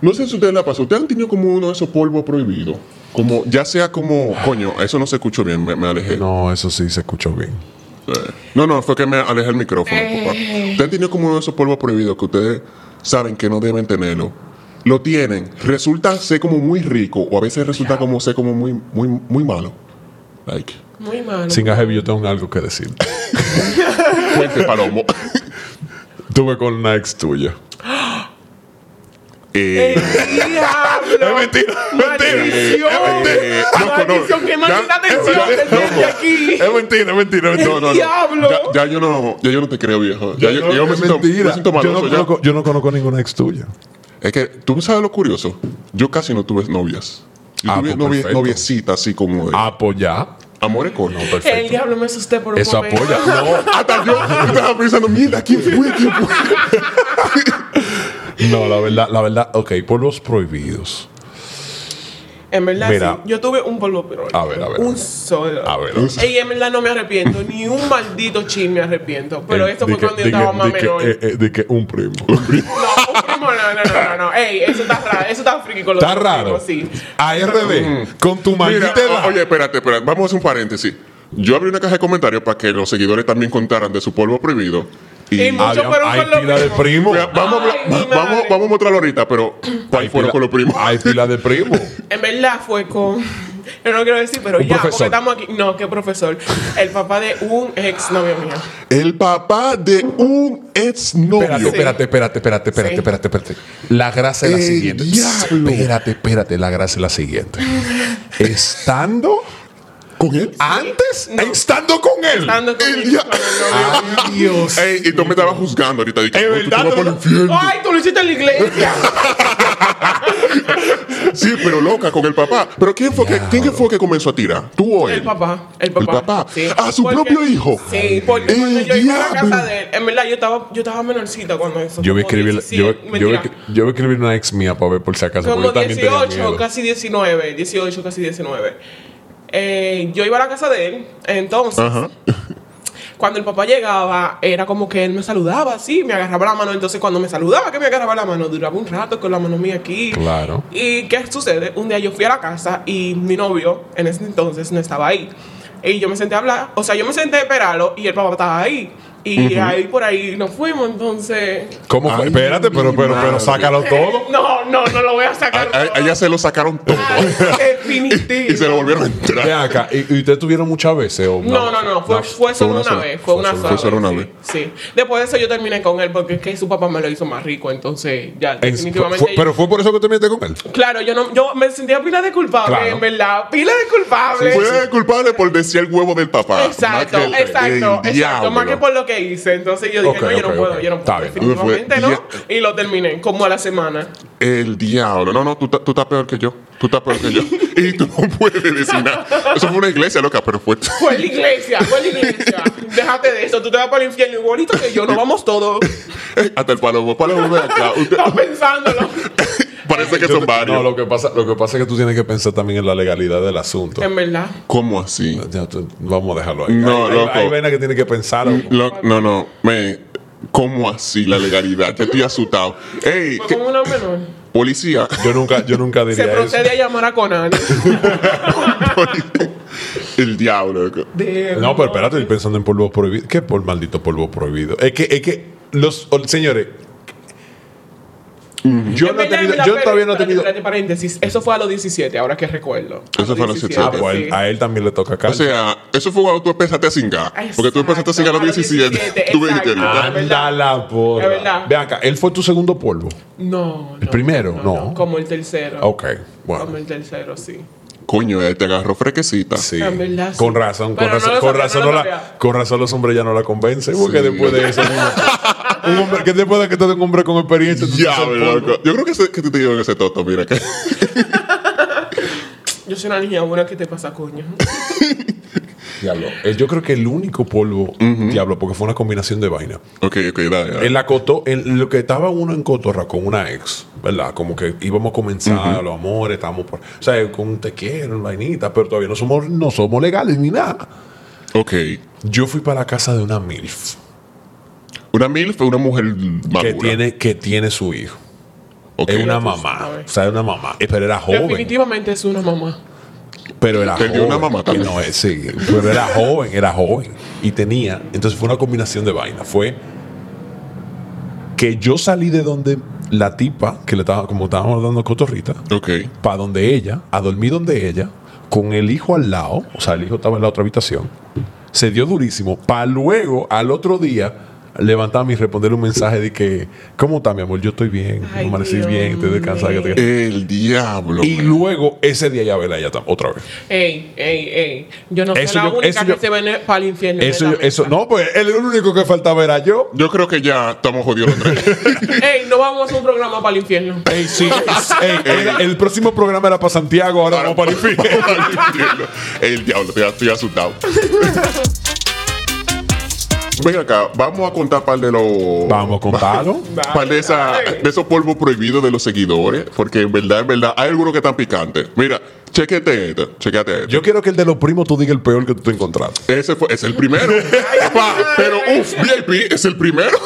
S1: No sé si ustedes la pasó. Ustedes han tenido como uno de esos polvos prohibidos. Como, ya sea como, coño, eso no se escuchó bien, me, me alejé. Eh,
S2: no, eso sí se escuchó bien.
S1: No. no, fue que me alejé el micrófono, papá. Ustedes han tenido como uno de esos polvos prohibidos que ustedes saben que no deben tenerlo. Lo tienen, resulta ser como muy rico, o a veces resulta como ser como muy, muy, muy malo. Like,
S3: Muy malo.
S2: Sin Ajevi, yo tengo algo que decir.
S1: fuente palomo.
S2: Tuve con una ex tuya.
S1: Eh,
S3: ¡El diablo!
S2: mentira,
S3: ¡Maldición!
S1: Eh, no, no, no.
S3: ¡Maldición! ¡Qué maldita
S1: Ya,
S3: atención
S1: no,
S3: te
S1: no,
S3: tiene aquí!
S2: Es mentira, es mentira, es mentira.
S1: No, no, no.
S3: ¡Diablo!
S1: Ya, ya yo no, ya yo no te creo, viejo. Ya yo,
S2: No,
S1: yo me,
S2: es
S1: siento,
S2: mentira.
S1: me siento
S2: yo,
S1: maloso
S2: no
S1: ya.
S2: conozco, yo no conozco ninguna ex tuya.
S1: Es que tú sabes lo curioso. Yo casi no tuve novias. Yo
S2: Ah,
S1: tuve
S2: pues,
S1: novie-
S2: perfecto. Ah.
S1: noviecita así como de
S2: Apoya.
S1: amores con.
S3: El diablo me asusté por un
S2: pues Eso
S3: momento.
S2: apoya. No,
S1: Hasta yo estaba pensando, mierda, ¿quién fue? ¿Quién fue?
S2: no, la verdad, la verdad, ok, polvos prohibidos.
S3: En verdad,
S2: Mira.
S3: sí. Yo tuve un polvo pero
S2: A ver, a ver, a
S3: Un
S2: ver.
S3: solo.
S2: A ver.
S3: Y en verdad no me arrepiento. ni un maldito chin me arrepiento. Pero
S2: Eh,
S3: esto
S2: di
S3: fue
S2: que-
S3: cuando yo
S2: di que-
S3: estaba más
S2: di que,
S3: menor.
S2: eh, eh, di que un primo.
S3: No, un primo, no, no, no, no, no. Ey, eso está raro. Eso está friki con los
S2: Está
S3: otros
S2: raro.
S3: primos, sí.
S2: ARD, con tu
S1: Mira,
S2: maldita edad.
S1: o- oye, espérate, espérate. Vamos a hacer un paréntesis. Yo abrí una caja de comentarios para que los seguidores también contaran de su polvo prohibido. Y,
S3: Y-
S2: Había-
S3: muchos fueron
S2: hay
S3: con lo
S2: pila de
S3: mismo.
S2: primo.
S1: Mira, vamos, a hablar-
S3: Ay, mi madre.
S1: vamos, vamos a mostrarlo ahorita, pero ¿cuál
S2: Hay pila-
S1: fueron con los primos?
S2: Hay pila de primo.
S3: En verdad fue con. Yo no quiero decir, pero
S2: Un
S3: ya,
S2: profesor.
S3: porque estamos aquí. No, qué profesor. El papá de un ex novio mío.
S1: El papá de un
S2: Espérate,
S1: exnovio.
S3: Sí.
S2: espérate, espérate, espérate, espérate,
S3: Sí.
S2: espérate, espérate. La gracia es la
S1: El
S2: siguiente.
S1: diablo.
S2: Espérate, espérate, la gracia es la siguiente. Estando
S1: ¿Con él?
S2: antes,
S3: No.
S2: estando con él.
S3: Estando con
S1: El
S3: mi-
S1: dia- Ah,
S3: con el novio.
S2: Ay, Dios.
S1: Ey, y tú me estabas juzgando ahorita. Dije,
S2: Es
S1: "Oh, tú te vas
S2: verdad, tú
S1: para el
S2: no-
S1: infierno".
S3: Ay, tú lo hiciste en la iglesia.
S1: Sí, pero loca con el papá. Pero ¿quién fue, que, ¿quién que fue que comenzó a tirar? ¿Tú o él?
S3: El papá, el papá.
S1: El papá.
S3: Sí.
S1: A su
S3: Porque-
S1: propio hijo.
S3: Sí, porque
S1: El
S3: cuando yo iba a la
S1: diablo.
S3: casa de él, en verdad yo estaba, yo estaba menorcita cuando eso.
S2: Yo voy a
S3: como
S2: escribir,
S3: 17,
S2: yo, yo, voy a
S3: mentira,
S2: escri- yo voy a escribir una ex mía para ver por si acaso. Porque
S3: Como
S2: yo también tenía
S3: 18,
S2: miedo.
S3: casi 19, 18, casi 19. Eh, yo iba a la casa de él, entonces
S1: Ajá.
S3: cuando el papá llegaba, era como que él me saludaba así, me agarraba la mano. Entonces, cuando me saludaba, que me agarraba la mano, duraba un rato con la mano mía aquí.
S2: Claro.
S3: ¿Y qué sucede? Un día yo fui a la casa y mi novio, en ese entonces, no estaba ahí. Y yo me senté a hablar, o sea, yo me senté a esperarlo y el papá estaba ahí. Y ahí por ahí nos fuimos, entonces.
S2: ¿Cómo fue?
S1: Ay,
S2: Espérate, pero,
S1: mi
S2: pero, pero
S1: madre.
S2: sácalo todo.
S3: No, no, no lo voy a
S1: A,
S3: sacar.
S1: a- a Ah, eh, ella se lo sacaron todo.
S3: Ay, Ah, definitivo.
S1: y se lo volvieron a
S2: Ven
S1: entrar.
S2: acá. ¿Y, y ustedes tuvieron muchas veces? O
S3: No, no, no, fue, fue solo una,
S1: sola.
S3: vez, fue una sola.
S1: Fue solo una
S3: sí,
S1: vez.
S3: Sí. Después de eso yo terminé con él porque es que su papá me lo hizo más rico, entonces ya
S2: En-
S3: definitivamente.
S2: fue- pero fue por eso que te metiste con él.
S3: claro, yo no, yo me sentía pila de culpable,
S2: Claro.
S3: en verdad, pila de culpable.
S1: Fue el culpable por decir el huevo del papá.
S3: Exacto,
S1: Ah, Más que el- el
S3: exacto, exacto,
S1: diablo.
S3: más que por lo que hice. Entonces yo dije,
S2: Ok,
S3: no, yo no
S2: ok,
S3: puedo,
S2: ok.
S3: yo no
S2: Está
S3: puedo.
S2: bien.
S3: Definitivamente
S1: Fue-
S3: no. Y lo terminé, como a la semana.
S1: El diablo. No, no, tú, ta- tú estás peor que yo. Tú estás peor que yo. y tú no puedes decir nada. Eso fue una iglesia, loca, pero fue.
S3: Fue en la iglesia, fue en la iglesia. Déjate de eso, tú te vas para el infierno igualito que yo, nos vamos todos.
S1: Hasta el palomo. Palomo, ven acá. Usted-
S3: Estás pensándolo.
S1: Parece que son varios.
S2: No, lo que, pasa, lo que pasa es que tú tienes que pensar también en la legalidad del asunto.
S3: En verdad.
S1: ¿Cómo así?
S2: Ya, tú- vamos a dejarlo ahí.
S1: No,
S2: hay, hay-
S1: loco. Mm,
S2: Hay, vainas que tienes que pensar. loco.
S1: Lo- no, no, men, ¿cómo así la legalidad? Yo estoy asustado. Ey,
S3: Fue
S1: ¿qué-
S3: como una menor.
S1: policía.
S2: Yo nunca, yo nunca diría
S3: Se procede
S2: eso.
S3: a llamar a Conan.
S1: El diablo. loco.
S3: De-
S2: No, pero espérate, estoy pensando en polvos prohibidos. ¿Qué por maldito polvo prohibido? Es que, es que los o- señores, Yo,
S1: Mm.
S3: En
S2: no he
S3: verdad, en
S2: tenido-
S3: verdad,
S2: yo
S3: pero,
S2: todavía no he
S3: espérate,
S2: tenido.
S3: espérate, paréntesis. Eso fue a los 17, ahora que recuerdo. A
S1: Eso
S3: los
S1: fue a los
S2: Ah,
S1: 17.
S2: pues a él-
S3: sí.
S2: a él también le toca
S1: O
S2: calza.
S1: sea, eso fue cuando tú empezaste a cingar. Porque tú empezaste a cingar a los
S3: Exacto, a los
S1: 17.
S3: 17,
S1: tú viniste.
S3: exacto.
S1: ¿verdad?
S3: Ah. es
S2: Anda
S3: verdad.
S2: la porra.
S3: Es verdad.
S2: Ve acá, él fue tu segundo polvo.
S3: No,
S2: ¿El
S3: no,
S2: primero? No. Oh,
S3: Como el tercero.
S2: Ok, bueno.
S3: Como el tercero, sí.
S1: Coño, eh, te agarró frequecita.
S2: Sí.
S3: En verdad, sí.
S2: Con razón, con
S3: Pero no
S2: razón,
S3: lo
S2: con
S3: sabía,
S2: razón,
S3: no
S2: no
S3: lo
S2: la,
S3: sabía.
S2: con razón los hombres ya no la convencen. Porque
S1: Sí.
S2: después de eso, un hombre, que después de que te den un hombre con experiencia, tú te
S1: Ya,
S2: haces el
S1: loco.
S2: polvo.
S1: Yo creo que, se- que te dieron ese toto, mira que.
S3: Yo soy una niña buena que te pasa, coño.
S2: Diablo. Eh, Yo creo que el único polvo, diablo, porque fue una combinación de vaina.
S1: ok, ok, dale. dale.
S2: En la coto, en lo que estaba uno en cotorra con una ex, ¿verdad? Como que íbamos a comenzar los amores, estábamos por, o sea, con un te quiero, una vainita, pero todavía no somos, no somos legales ni nada.
S1: Ok.
S2: Yo fui para la casa de una MILF
S1: Una mil fue una mujer madura.
S2: que tiene, que tiene su hijo.
S1: Ok.
S2: Es una
S3: tú
S2: mamá.
S3: sabes.
S2: O sea, es una mamá. Eh, Pero era joven.
S3: Definitivamente es una mamá.
S2: Pero era
S1: Perdió
S2: joven.
S1: una mamá también.
S2: No, eh, sí. Pero era joven, era joven. Y tenía. Entonces fue una combinación de vainas. Fue que yo salí de donde la tipa, que le estaba, como estábamos dando cotorrita,
S1: Ok.
S2: para donde ella, a dormir donde ella, con el hijo al lado, o sea, el hijo estaba en la otra habitación, se dio durísimo, para luego, al otro día, levantarme y responderle un mensaje de que, ¿cómo está mi amor? Yo estoy bien,
S3: Ay,
S2: amanecí
S3: Dios
S2: bien, estoy descansada. que
S3: mío.
S2: te-
S1: El diablo.
S2: Y
S1: man.
S2: luego, ese día ya verla ella tam- otra vez.
S3: Ey, ey, ey. Yo no soy
S2: Eso
S3: la
S2: yo- eso
S3: única que
S2: yo-
S3: se viene para el infierno.
S2: Eso,
S3: de
S2: yo-
S3: la
S2: eso,
S3: mesa.
S2: no, pues el el único que faltaba era yo.
S1: Yo creo que ya estamos jodidos los tres.
S3: Ey, no vamos a hacer un programa para el infierno.
S2: Ey, sí, ey, era- el próximo programa era para Santiago, ahora vamos para el infierno.
S1: el diablo, estoy, estoy asustado. Ven acá, vamos a contar par de los.
S2: Vamos a contarlo.
S1: Par de, esa- de esos polvos prohibidos de los seguidores. Porque en verdad, en verdad, hay algunos que están picantes. Mira, chequete esto, chequete esto.
S2: Yo quiero que el de los primos tú digas el peor que tú te encontraste.
S1: Ese fue, es el primero. Pa, pero uff, VIP es el primero.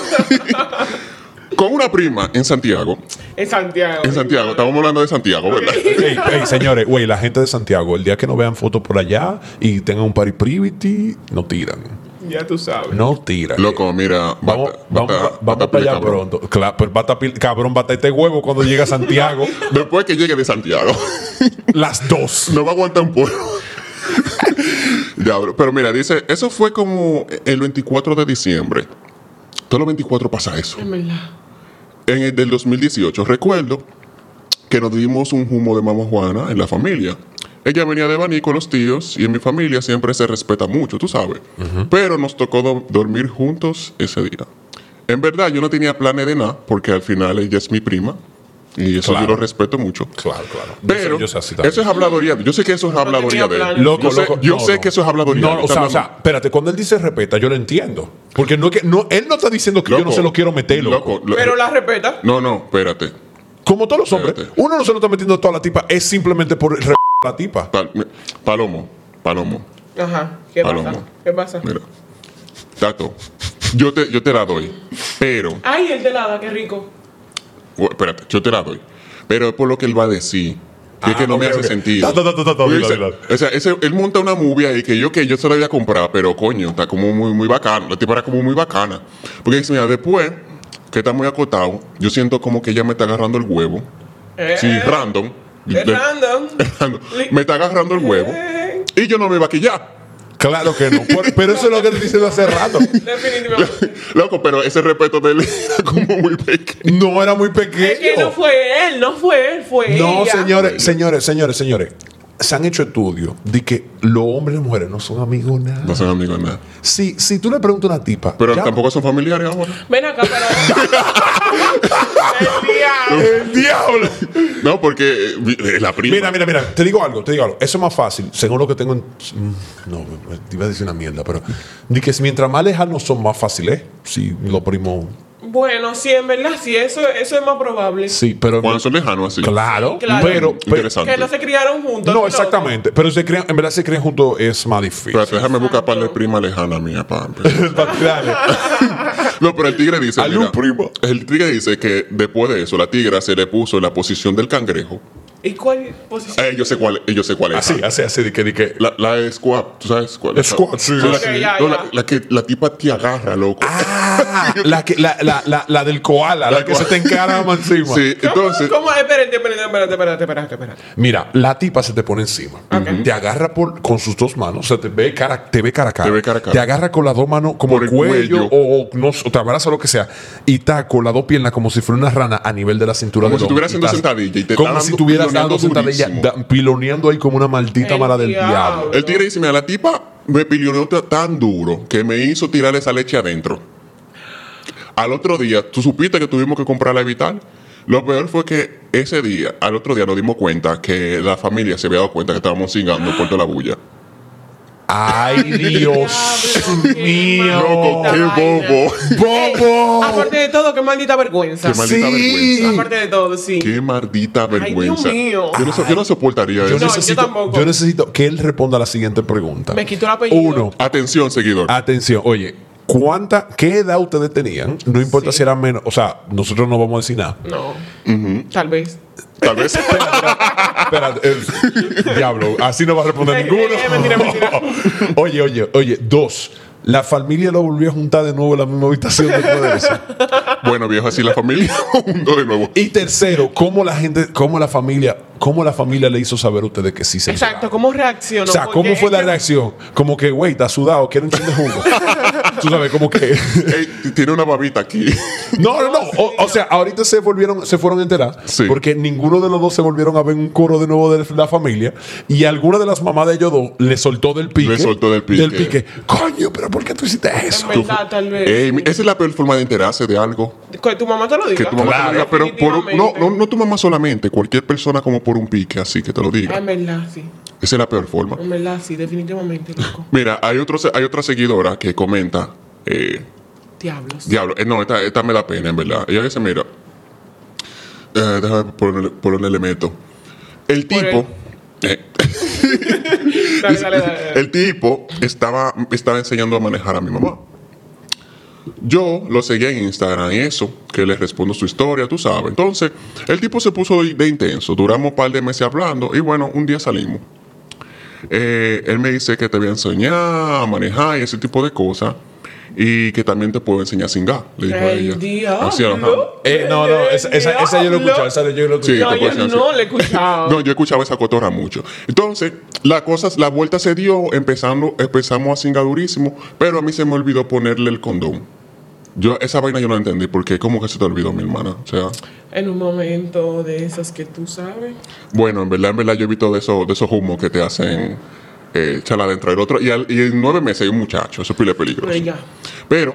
S1: Con una prima en Santiago.
S3: En Santiago.
S1: En Santiago, estamos hablando de Santiago, ¿verdad?
S2: Ey, ey, señores, güey, la gente de Santiago, el día que no vean fotos por allá y tengan un party privity, no tiran.
S3: Ya tú sabes.
S2: No tiran.
S1: Loco, mira,
S2: Vamos,
S1: bata-
S2: vamos,
S1: bata-
S2: va- vamos
S1: bata
S2: para allá
S1: pila, cabrón.
S2: pronto. Claro, pero bata pil- cabrón, bata este huevo cuando llega a Santiago.
S1: Después que llegue de Santiago,
S2: las dos.
S1: no va a aguantar un polvo. ya, bro. Pero mira, dice, eso fue como el 24 de diciembre. Todos los 24 pasa eso.
S3: En verdad.
S1: En el del 2018, recuerdo que nos dimos un humo de mamá Juana en la familia. Ella venía de Baní con los tíos y en mi familia siempre se respeta mucho, tú sabes. Pero nos tocó do- dormir juntos ese día. En verdad, yo no tenía planes de nada porque al final ella es mi prima y eso
S2: Claro.
S1: yo lo respeto mucho.
S2: Claro, claro. Yo
S1: Pero
S2: sé- yo sé así también.
S1: eso es habladoría. Yo sé que eso es
S3: tenía
S1: habladoría de él.
S3: planes.
S2: Loco,
S1: yo sé,
S2: loco.
S1: yo
S2: no,
S1: sé
S2: no.
S1: que eso es habladoría.
S2: No, o
S1: Está
S2: sea, o
S1: hablando-
S2: sea, espérate, cuando él dice respeta, yo lo entiendo. Porque no es que no, él no está diciendo que yo no
S1: Loco,
S2: se lo quiero meter, loco.
S1: lo-
S3: Pero la respeta.
S1: No, no, espérate.
S2: Como todos los hombres,
S1: Espérate.
S2: uno no se lo está metiendo a toda la tipa, es simplemente por re- la tipa.
S1: Pal- Palomo, Palomo.
S3: Ajá. ¿Qué
S1: Palomo.
S3: pasa? ¿Qué pasa?
S1: Mira. Tato, yo te, yo te la doy. Pero,
S3: Ay, el helada, qué rico.
S1: bueno, espérate, yo te la doy. Pero es por lo que él va a decir. Que es
S2: Ah,
S1: que no me
S2: ok,
S1: hace
S2: ok.
S1: sentido.
S2: Ta, ta, ta, ta, ta,
S1: Porque
S2: dila,
S1: dice-
S2: dila.
S1: O sea, ese- él monta una movie ahí que yo que yo se la había comprado, pero coño, está como muy, muy bacano. La tipa era como muy bacana. Porque dice, mira, después que está muy acotado, yo siento como que ella me está agarrando el huevo.
S3: Eh,
S1: Sí, random.
S3: Es
S1: De-
S3: random.
S1: random. Me está agarrando el huevo.
S3: Eh,
S1: Y yo no me iba a quillar.
S2: Claro que no. por- pero eso es lo que estoy diciendo hace rato.
S3: Definitivamente.
S1: Loco, pero ese respeto de él era como muy pequeño.
S2: No era muy pequeño.
S3: es que no fue él, no fue él, fue
S2: No,
S3: ella.
S2: señores, señores, señores, señores. Se han hecho estudios de que los hombres y las mujeres no son amigos nada.
S1: No son amigos nada.
S2: Si, si tú le preguntas a una tipa,
S1: Pero
S2: ya-
S1: tampoco son familiares ahora.
S3: Ven acá, pero. el día.
S2: el diablo.
S1: No, porque eh, vi- eh, la prima.
S2: Mira, mira, mira, te digo algo, te digo algo. Eso es más fácil, según lo que tengo en... Mm, No, me- te iba a decir una mierda, pero... De que mientras más lejanos son, más fáciles. Si los primos...
S3: Bueno, sí, en verdad, sí, eso, eso es más probable.
S2: Sí, pero...
S1: Cuando son lejanos así.
S2: Claro,
S3: Claro.
S2: pero... pero
S1: Interesante.
S3: Que no se criaron juntos.
S2: no,
S3: loco.
S2: exactamente. Pero se crean, en verdad se crean juntos es más difícil.
S1: Espérate, déjame buscar para la prima lejana mía, pa.
S2: Dale.
S1: No, pero el tigre dice.
S2: Hazle un
S1: mira,
S2: primo.
S1: El tigre dice que después de eso, la tigra se le puso en la posición del cangrejo
S3: ¿Y cuál posición?
S1: Eh, yo sé cuál, eh, yo sé cuál es.
S2: Así, así, así, de que, de que.
S1: La, la de squat, ¿tú sabes cuál es?
S2: ah. Squat, sí,
S1: No, la,
S2: sí.
S1: que-
S3: Ok, ya,
S1: no,
S3: ya.
S1: La, la que la tipa te agarra, loco.
S2: Ah, la, que, la, la, la, la del koala, la,
S1: La
S2: que
S1: koala.
S2: se te encarama encima.
S1: Sí,
S3: ¿Cómo?
S1: entonces.
S3: ¿Cómo? Espérate, espérate, espérate, espérate, espérate, espérate.
S2: Mira, la tipa se te pone encima. Te agarra por, con sus dos manos. Se te ve cara, te ve cara a cara.
S1: Te ve cara a cara.
S2: Te agarra con las dos manos como
S1: Por
S2: el
S1: el cuello.
S2: cuello, O, o no sé, o te abraza lo que sea. Y está con las dos piernas como si fuera una rana a nivel de la cintura
S1: Como
S2: del
S1: si
S2: hombre.
S1: estuvieras haciendo
S2: estás-
S1: sentadilla y te
S2: Como
S1: está
S2: si
S1: dando-
S2: estuvieras dando
S1: piloneando
S2: sentadilla,
S1: durísimo.
S2: da- piloneando ahí como una maldita
S3: El
S2: mala del diablo.
S3: diablo.
S1: El tigre dice, mira, la tipa me piloneó ta- tan duro que me hizo tirar esa leche adentro. Al otro día, tú supiste que tuvimos que comprar la Vital. Lo peor fue que ese día, al otro día nos dimos cuenta que la familia se había dado cuenta que estábamos cingando por toda la bulla.
S2: Ay, Dios
S3: Diablo, qué
S2: mío.
S1: Loco,
S2: Oh,
S3: maldita
S1: qué
S3: vaina.
S1: bobo.
S3: Ey, ah,
S2: ¡Bobo!
S3: aparte de todo, qué maldita vergüenza.
S1: Qué maldita
S2: Sí.
S1: vergüenza.
S3: Aparte de todo, sí.
S1: Qué maldita
S3: Dios
S1: vergüenza.
S3: mío.
S1: Yo, no, so- yo no soportaría
S2: Yo
S1: eso.
S3: yo
S2: necesito,
S3: tampoco.
S2: yo necesito que él responda a la siguiente pregunta.
S3: Me quitó el apellido.
S2: Uno,
S1: Atención, seguidor.
S2: Atención, oye, ¿cuánta, qué edad ustedes tenían? No importa
S3: Sí.
S2: si eran menos, o sea, nosotros no vamos a decir nada.
S3: No. Tal vez.
S1: Tal vez.
S2: Espera, eh, diablo, así no va a
S3: Eh,
S2: responder
S3: eh,
S2: ninguno.
S3: eh, mentira, mentira.
S2: oye, oye, oye, dos, la familia lo volvió a juntar de nuevo en la misma habitación después de eso.
S1: bueno, viejo, así la familia mundo de nuevo.
S2: Y tercero, ¿cómo la gente, cómo la familia, cómo la familia le hizo saber a ustedes que sí se
S3: Exacto,
S2: enteraron?
S3: ¿cómo reaccionó?
S2: O sea,
S3: Porque
S2: ¿cómo fue la
S3: ella-
S2: reacción? Como que, güey, está sudado, quiere un chin de jugo. Tú sabes, como que...
S1: Ey, t- tiene una babita aquí.
S2: No, no, no. O, o sea, ahorita se volvieron, se fueron a enterar.
S1: Sí.
S2: Porque ninguno de los dos se volvieron a ver un coro de nuevo de la familia. Y alguna de las mamás de ellos dos le soltó del pique.
S1: Le soltó del pique.
S2: pique. Coño, pero ¿por qué tú hiciste eso?
S3: En verdad, tal vez.
S1: Ey, mi- esa es la peor forma de enterarse de algo.
S3: Que tu mamá te lo
S1: Que
S3: diga.
S1: tu mamá
S2: Claro.
S1: te lo diga, pero por un- no,
S3: Definitivamente.
S1: no, no tu mamá solamente, cualquier persona como por un pique, así que te lo diga.
S3: Ah, En verdad, sí.
S1: Esa es la peor forma.
S3: En verdad, sí, definitivamente, loco.
S1: Mira, hay, otro, se- hay otra seguidora que comenta, eh,
S3: Diablos.
S1: diablo, eh, no, esta, esta me da pena, en verdad. Ella dice, mira, eh, déjame poner, poner el elemento. El
S3: Por
S1: tipo... eh,
S3: Dale, dale, dale. dale.
S1: El tipo estaba, estaba enseñando a manejar a mi mamá. Yo lo seguía en Instagram y eso, que le respondo su historia, tú sabes. Entonces, el tipo se puso de, de intenso. Duramos un par de meses hablando y bueno, un día salimos. Eh, él me dice que te voy a enseñar a manejar y ese tipo de cosas. Y que también te puedo enseñar a cingar, le dijo a
S3: El
S1: ella.
S3: diablo.
S1: Así, ajá.
S2: Eh, no, no, esa, esa, esa yo lo he escuchado. Esa yo lo he escuchado.
S1: Sí,
S3: No,
S1: te
S3: yo
S1: puedes hacer.
S3: no le he escuchado.
S1: No, yo escuchaba esa cotorra mucho. Entonces, la cosa, la vuelta se dio, empezando, empezamos a cingar durísimo, pero a mí se me olvidó ponerle el condón. Yo, esa vaina yo no la entendí, porque como que se te olvidó, mi hermana. O sea,
S3: En un momento de esas que tú sabes.
S1: bueno, en verdad, en verdad, yo he visto de esos, de esos humos que te hacen eh, chala dentro del otro. Y, al- y en nueve meses hay un muchacho, eso es pile peligroso.
S3: Pero ya.
S1: Pero,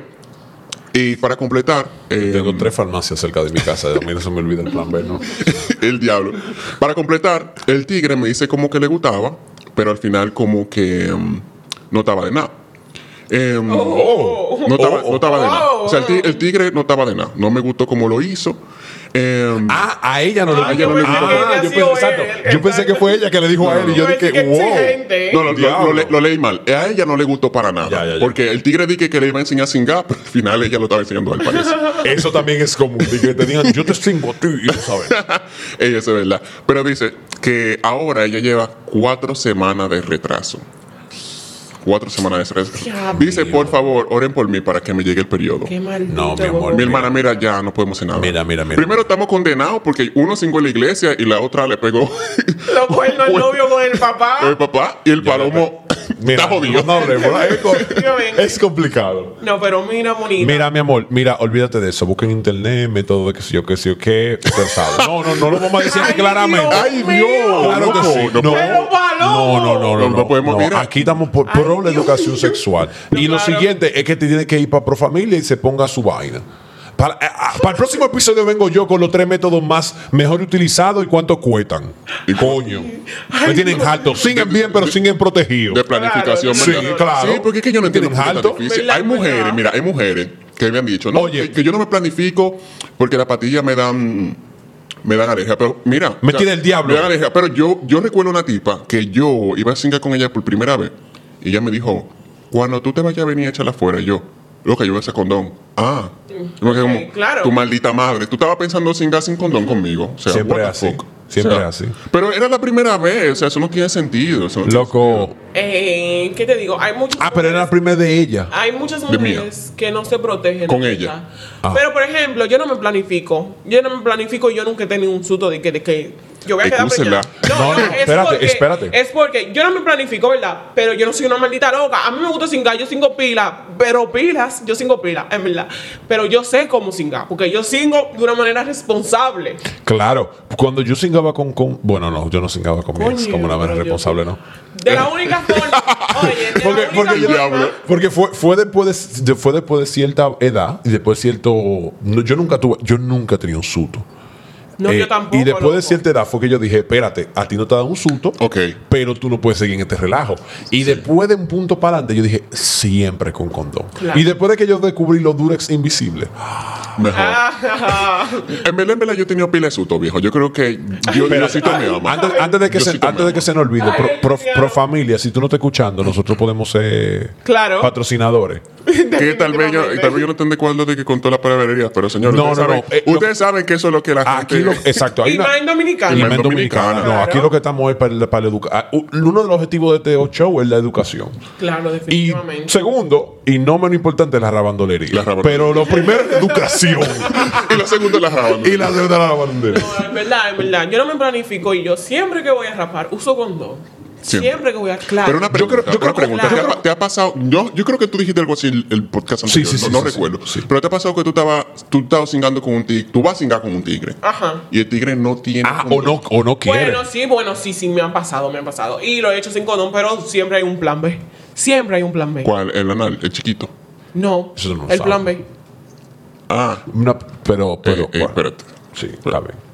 S1: y para completar, eh,
S2: Tengo tres farmacias cerca de mi casa. A mí no se me olvida el plan B, ¿no?
S1: el diablo. Para completar, el tigre me dice como que le gustaba, pero al final como que mm, no estaba de nada. Em,
S2: Oh.
S1: No estaba,
S2: Oh.
S1: no estaba de nada.
S3: Oh.
S1: O sea, el ti- el tigre, no estaba de nada. No me gustó cómo lo hizo. Em,
S2: Ah, a ella no le
S3: Ah,
S1: yo
S2: no le-
S1: pensé que
S2: Ah,
S1: había
S2: yo
S3: sido
S2: pensé-
S3: él,
S2: exacto. Yo pensé que fue ella que le dijo a él. Y yo
S3: Yo pensé
S2: dije,
S3: que
S2: wow.
S3: exigente, ¿eh?
S1: no, lo, lo- lo le-
S2: Diablo.
S1: lo leí mal. A ella no le gustó para nada.
S2: Ya, ya, ya.
S1: Porque el tigre dije que le iba a enseñar sin gap, pero al final ella lo estaba enseñando al parecer.
S2: Eso también es común. de Que te digan, yo te cingo a ti y lo sabes.
S1: ella es verdad. Pero dice que ahora ella lleva cuatro semanas de retraso. Cuatro semanas de retraso.
S3: Diablo.
S1: Dice, por favor, oren por mí para que me llegue el periodo.
S3: Qué maldito.
S2: No, mi amor,
S3: bobo.
S1: Mi hermana, mira, ya no podemos hacer nada.
S2: Mira, mira, mira.
S1: Primero estamos condenados porque uno cinco en la iglesia y la otra le pegó
S3: Lo cuerno el novio con el
S1: el
S2: Eh,
S3: papá.
S1: papá y el palomo
S2: Mira,
S1: está jodido.
S2: no hablemos, es co-
S3: Efectivamente.
S2: es complicado.
S3: No, pero mira, bonita.
S2: Mira, mi amor, mira, olvídate de eso. Busca en internet, método de que si yo, que si yo, que. usted sabe. No, no, no lo vamos a decir
S3: Ay,
S2: claramente.
S3: Dios.
S1: ¡Ay, Dios!
S2: Claro que
S1: loco,
S2: sí. No,
S1: no
S3: ¡Pero palomo!
S2: no, no, no, no,
S1: No,
S2: no,
S1: no podemos,
S2: no.
S1: mira.
S2: Aquí estamos por,
S3: Ay,
S2: pro la
S3: Dios.
S2: educación sexual. Y lo
S3: Claro.
S2: siguiente es que te tiene que ir para pro familia y se ponga su vaina. Para, eh, ah, para el próximo episodio vengo yo con los tres métodos más mejor utilizados y cuánto cuestan. Coño. Me
S3: Ay,
S2: tienen
S3: no.
S2: harto. Siguen bien, pero siguen protegidos.
S1: de planificación.
S3: Claro,
S1: ¿verdad?
S2: sí, claro.
S1: Sí, porque es que yo no entiendo
S2: Tienen
S1: por qué es
S2: alto.
S1: tan difícil.
S3: ¿Verdad,
S1: Hay mujeres,
S3: verdad?
S1: mira, hay mujeres que me han dicho, no,
S2: Oye.
S1: que, que yo no me planifico porque las patillas me dan me dan alergia, pero mira,
S2: Me
S1: ya,
S2: tira el diablo.
S1: Me dan alergia, pero yo yo recuerdo una tipa que yo iba a cingar con ella por primera vez y ella me dijo, "Cuando tú te vayas a venir a echarla afuera." Y yo, "Loca, yo voy a hacer condón." Ah. Yo me
S3: Ok,
S1: quedé como,
S3: claro.
S1: Tu maldita madre, tú estabas pensando cingar sin condón conmigo, o sea,
S2: Siempre
S1: what the
S2: así.
S1: fuck.
S2: Siempre
S1: O sea,
S2: es así.
S1: Pero era la primera vez, o sea, eso no tiene sentido. eso no tiene
S2: Loco.
S3: Eh, ¿Qué te digo? Hay muchos.
S2: Ah, pero era la primera de ella.
S3: Hay muchas
S1: De mía.
S3: mujeres que no se protegen.
S1: Con
S3: de
S1: ella.
S3: verdad.
S2: Ah.
S3: Pero, por ejemplo, yo no me planifico. Yo no me planifico. Yo nunca he tenido un susto de que, de que yo voy a
S1: Te
S3: quedar
S1: cúsela.
S3: preñada.
S2: Eh, No, no, espérate,
S3: porque-
S2: espérate.
S3: Es porque yo no me planifico, ¿verdad? Pero yo no soy una maldita loca. A mí me gusta cingar, yo cingo pilas. Pero pilas, yo cingo pilas, es verdad. Pero yo sé cómo cingar. Porque yo cingo de una manera responsable.
S2: Claro. Cuando yo singaba con, con- Bueno, no, yo no singaba con mi ex
S3: Coño,
S2: como una manera
S3: pero yo-
S2: responsable, ¿no.
S3: De la única forma. Oye, de
S2: Porque-
S3: la única
S2: porque
S1: el
S3: forma-
S1: diablo.
S2: Porque fue, fue después de, fue después de cierta edad y después de cierto. no, yo nunca tuve, yo nunca tenía un susto.
S3: No,
S2: Eh,
S3: yo tampoco.
S2: y después de
S3: loco.
S2: cierta edad fue que yo dije, espérate, a ti no te ha dado un susto,
S1: Ok.
S2: pero tú no puedes seguir en este relajo. Y después de un punto para adelante, yo dije, siempre con condón.
S3: Claro.
S2: Y después de que yo descubrí los Durex invisibles,
S1: Mejor.
S3: Ah,
S1: En verdad, en verdad, yo he tenido pila de susto, viejo. Yo creo que yo necesito mi mamá.
S2: antes, antes de que,
S1: Yo
S2: se,
S1: sí tomé
S2: antes de que
S1: agua.
S2: se nos olvide,
S3: Ay,
S2: pro, pro-
S3: Dios.
S2: pro familia, si tú no estás escuchando, nosotros podemos ser
S3: Claro.
S2: patrocinadores.
S1: Que tal vez yo,
S3: Definitivamente.
S1: tal vez yo no estén de acuerdo de que contó la palabrería, pero señor,
S2: No,
S1: ustedes,
S2: no,
S1: saben,
S2: no, eh,
S1: ustedes saben que eso es lo que la
S2: Aquí lo,
S1: gente.
S2: exacto. hay
S3: y
S2: una-
S3: más en Dominicana.
S2: Y
S1: Claro.
S2: más en Dominicana. No,
S3: Claro.
S2: aquí lo que estamos es para, para educar. Uno de los objetivos de este show es la educación.
S3: Claro,
S2: Y
S3: definitivamente.
S2: segundo, y no menos importante, la rabandolería.
S1: La rabandolería.
S2: Pero lo primero es educación.
S1: y la segunda la rábana.
S2: y la deuda de la rabandolería.
S3: No, es verdad, es verdad. Yo no me planifico y yo siempre que voy a rapar uso condón.
S1: Siempre.
S3: Siempre, que voy a. Claro.
S1: Pero una pregunta,
S2: creo- yo creo
S1: una
S2: que-
S1: pregunta. ¿Te,
S3: claro.
S1: ha, te ha pasado? Yo, yo creo que tú dijiste algo así el, el podcast
S2: Sí,
S1: anterior,
S2: sí, sí,
S1: no, no
S2: sí, sí.
S1: recuerdo.
S2: Sí.
S1: Pero te ha pasado que tú estabas tú estabas cingando con un tigre, tú vas a cingar con un tigre.
S3: Ajá.
S1: Y el tigre no tiene
S2: Ah, o
S1: condón.
S2: no, o no quiere.
S3: Bueno, sí, bueno, sí, sí, me han pasado, me han pasado. Y lo he hecho sin condón, pero siempre hay un plan B. Siempre hay un plan B.
S1: ¿Cuál? El anal, el chiquito.
S3: No,
S2: Eso no lo
S3: el
S2: sabe.
S3: plan B.
S1: Ah,
S2: Una- pero,
S1: Eh, pero,
S2: pero. bueno,
S1: espérate.
S2: sí, está bien.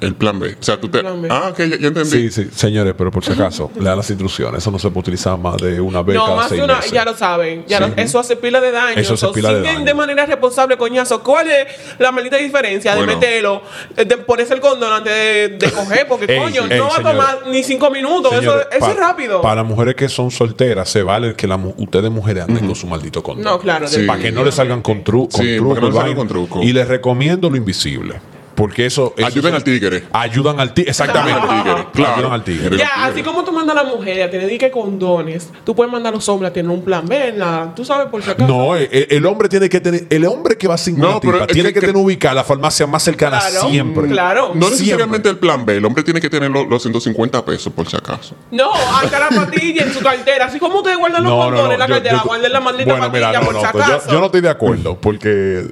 S1: El plan B. O sea, tú te.
S3: plan B.
S1: Ah, ok, ya, ya entendí.
S2: Sí, sí, señores, pero por si acaso, lea las instrucciones. Eso no se puede utilizar más de una vez
S3: No,
S2: cada
S3: más
S2: seis
S3: de una,
S2: meses.
S3: ya lo saben. Ya
S2: Sí.
S3: lo- eso hace pila de daño.
S2: Eso hace
S3: So,
S2: pila de
S3: siguen
S2: daño.
S3: de manera responsable, coñazo. ¿Cuál es la maldita diferencia
S1: Bueno.
S3: de meterlo, eh, de ponerse el condón antes de, de coger? Porque,
S2: Ey,
S3: coño,
S2: ey,
S3: no va a
S2: señores.
S3: tomar ni cinco minutos.
S2: Señores,
S3: eso eso
S2: pa-
S3: es rápido.
S2: Para mujeres que son solteras, se vale que la mu- ustedes mujeres anden con su maldito condón.
S3: No, claro,
S1: Sí.
S2: Para que no le salgan con, tru- con
S1: Sí,
S2: truco.
S1: para que no le
S2: y
S1: salgan
S2: vaina.
S1: con truco.
S2: Y les recomiendo lo invisible. Porque eso. eso
S1: Ayudan
S2: son-
S1: al tigre.
S2: Ayudan al tigre. Exactamente.
S1: Ayudan al tigre, claro.
S2: Ayudan al tigre.
S1: Pero
S3: Ya,
S1: quiero.
S3: así como tú mandas a la mujer a tener que condones, tú puedes mandar a los hombres a tener un plan B, en la- tú sabes por si acaso.
S2: No, eh, eh, el, hombre tiene que tener. El hombre que va sin
S1: No,
S2: una
S1: pero
S2: tipa
S1: es
S2: tiene
S1: que-
S2: que,
S1: que-
S2: tener ubicada la farmacia más cercana
S3: Claro,
S2: siempre.
S3: Claro.
S1: No
S2: Siempre.
S1: necesariamente el plan B. El hombre tiene que tener lo- los, 150 pesos, por si acaso.
S3: No, hasta la patilla en su cartera. Así como ustedes guardan los
S2: No, no,
S3: condones
S2: no,
S3: en la
S2: yo-
S3: cartera,
S2: yo-
S3: guarden la maldita
S2: bueno,
S3: patilla
S2: mira, no,
S3: por
S2: no,
S3: si
S2: pues
S3: acaso.
S2: yo, yo no estoy de acuerdo porque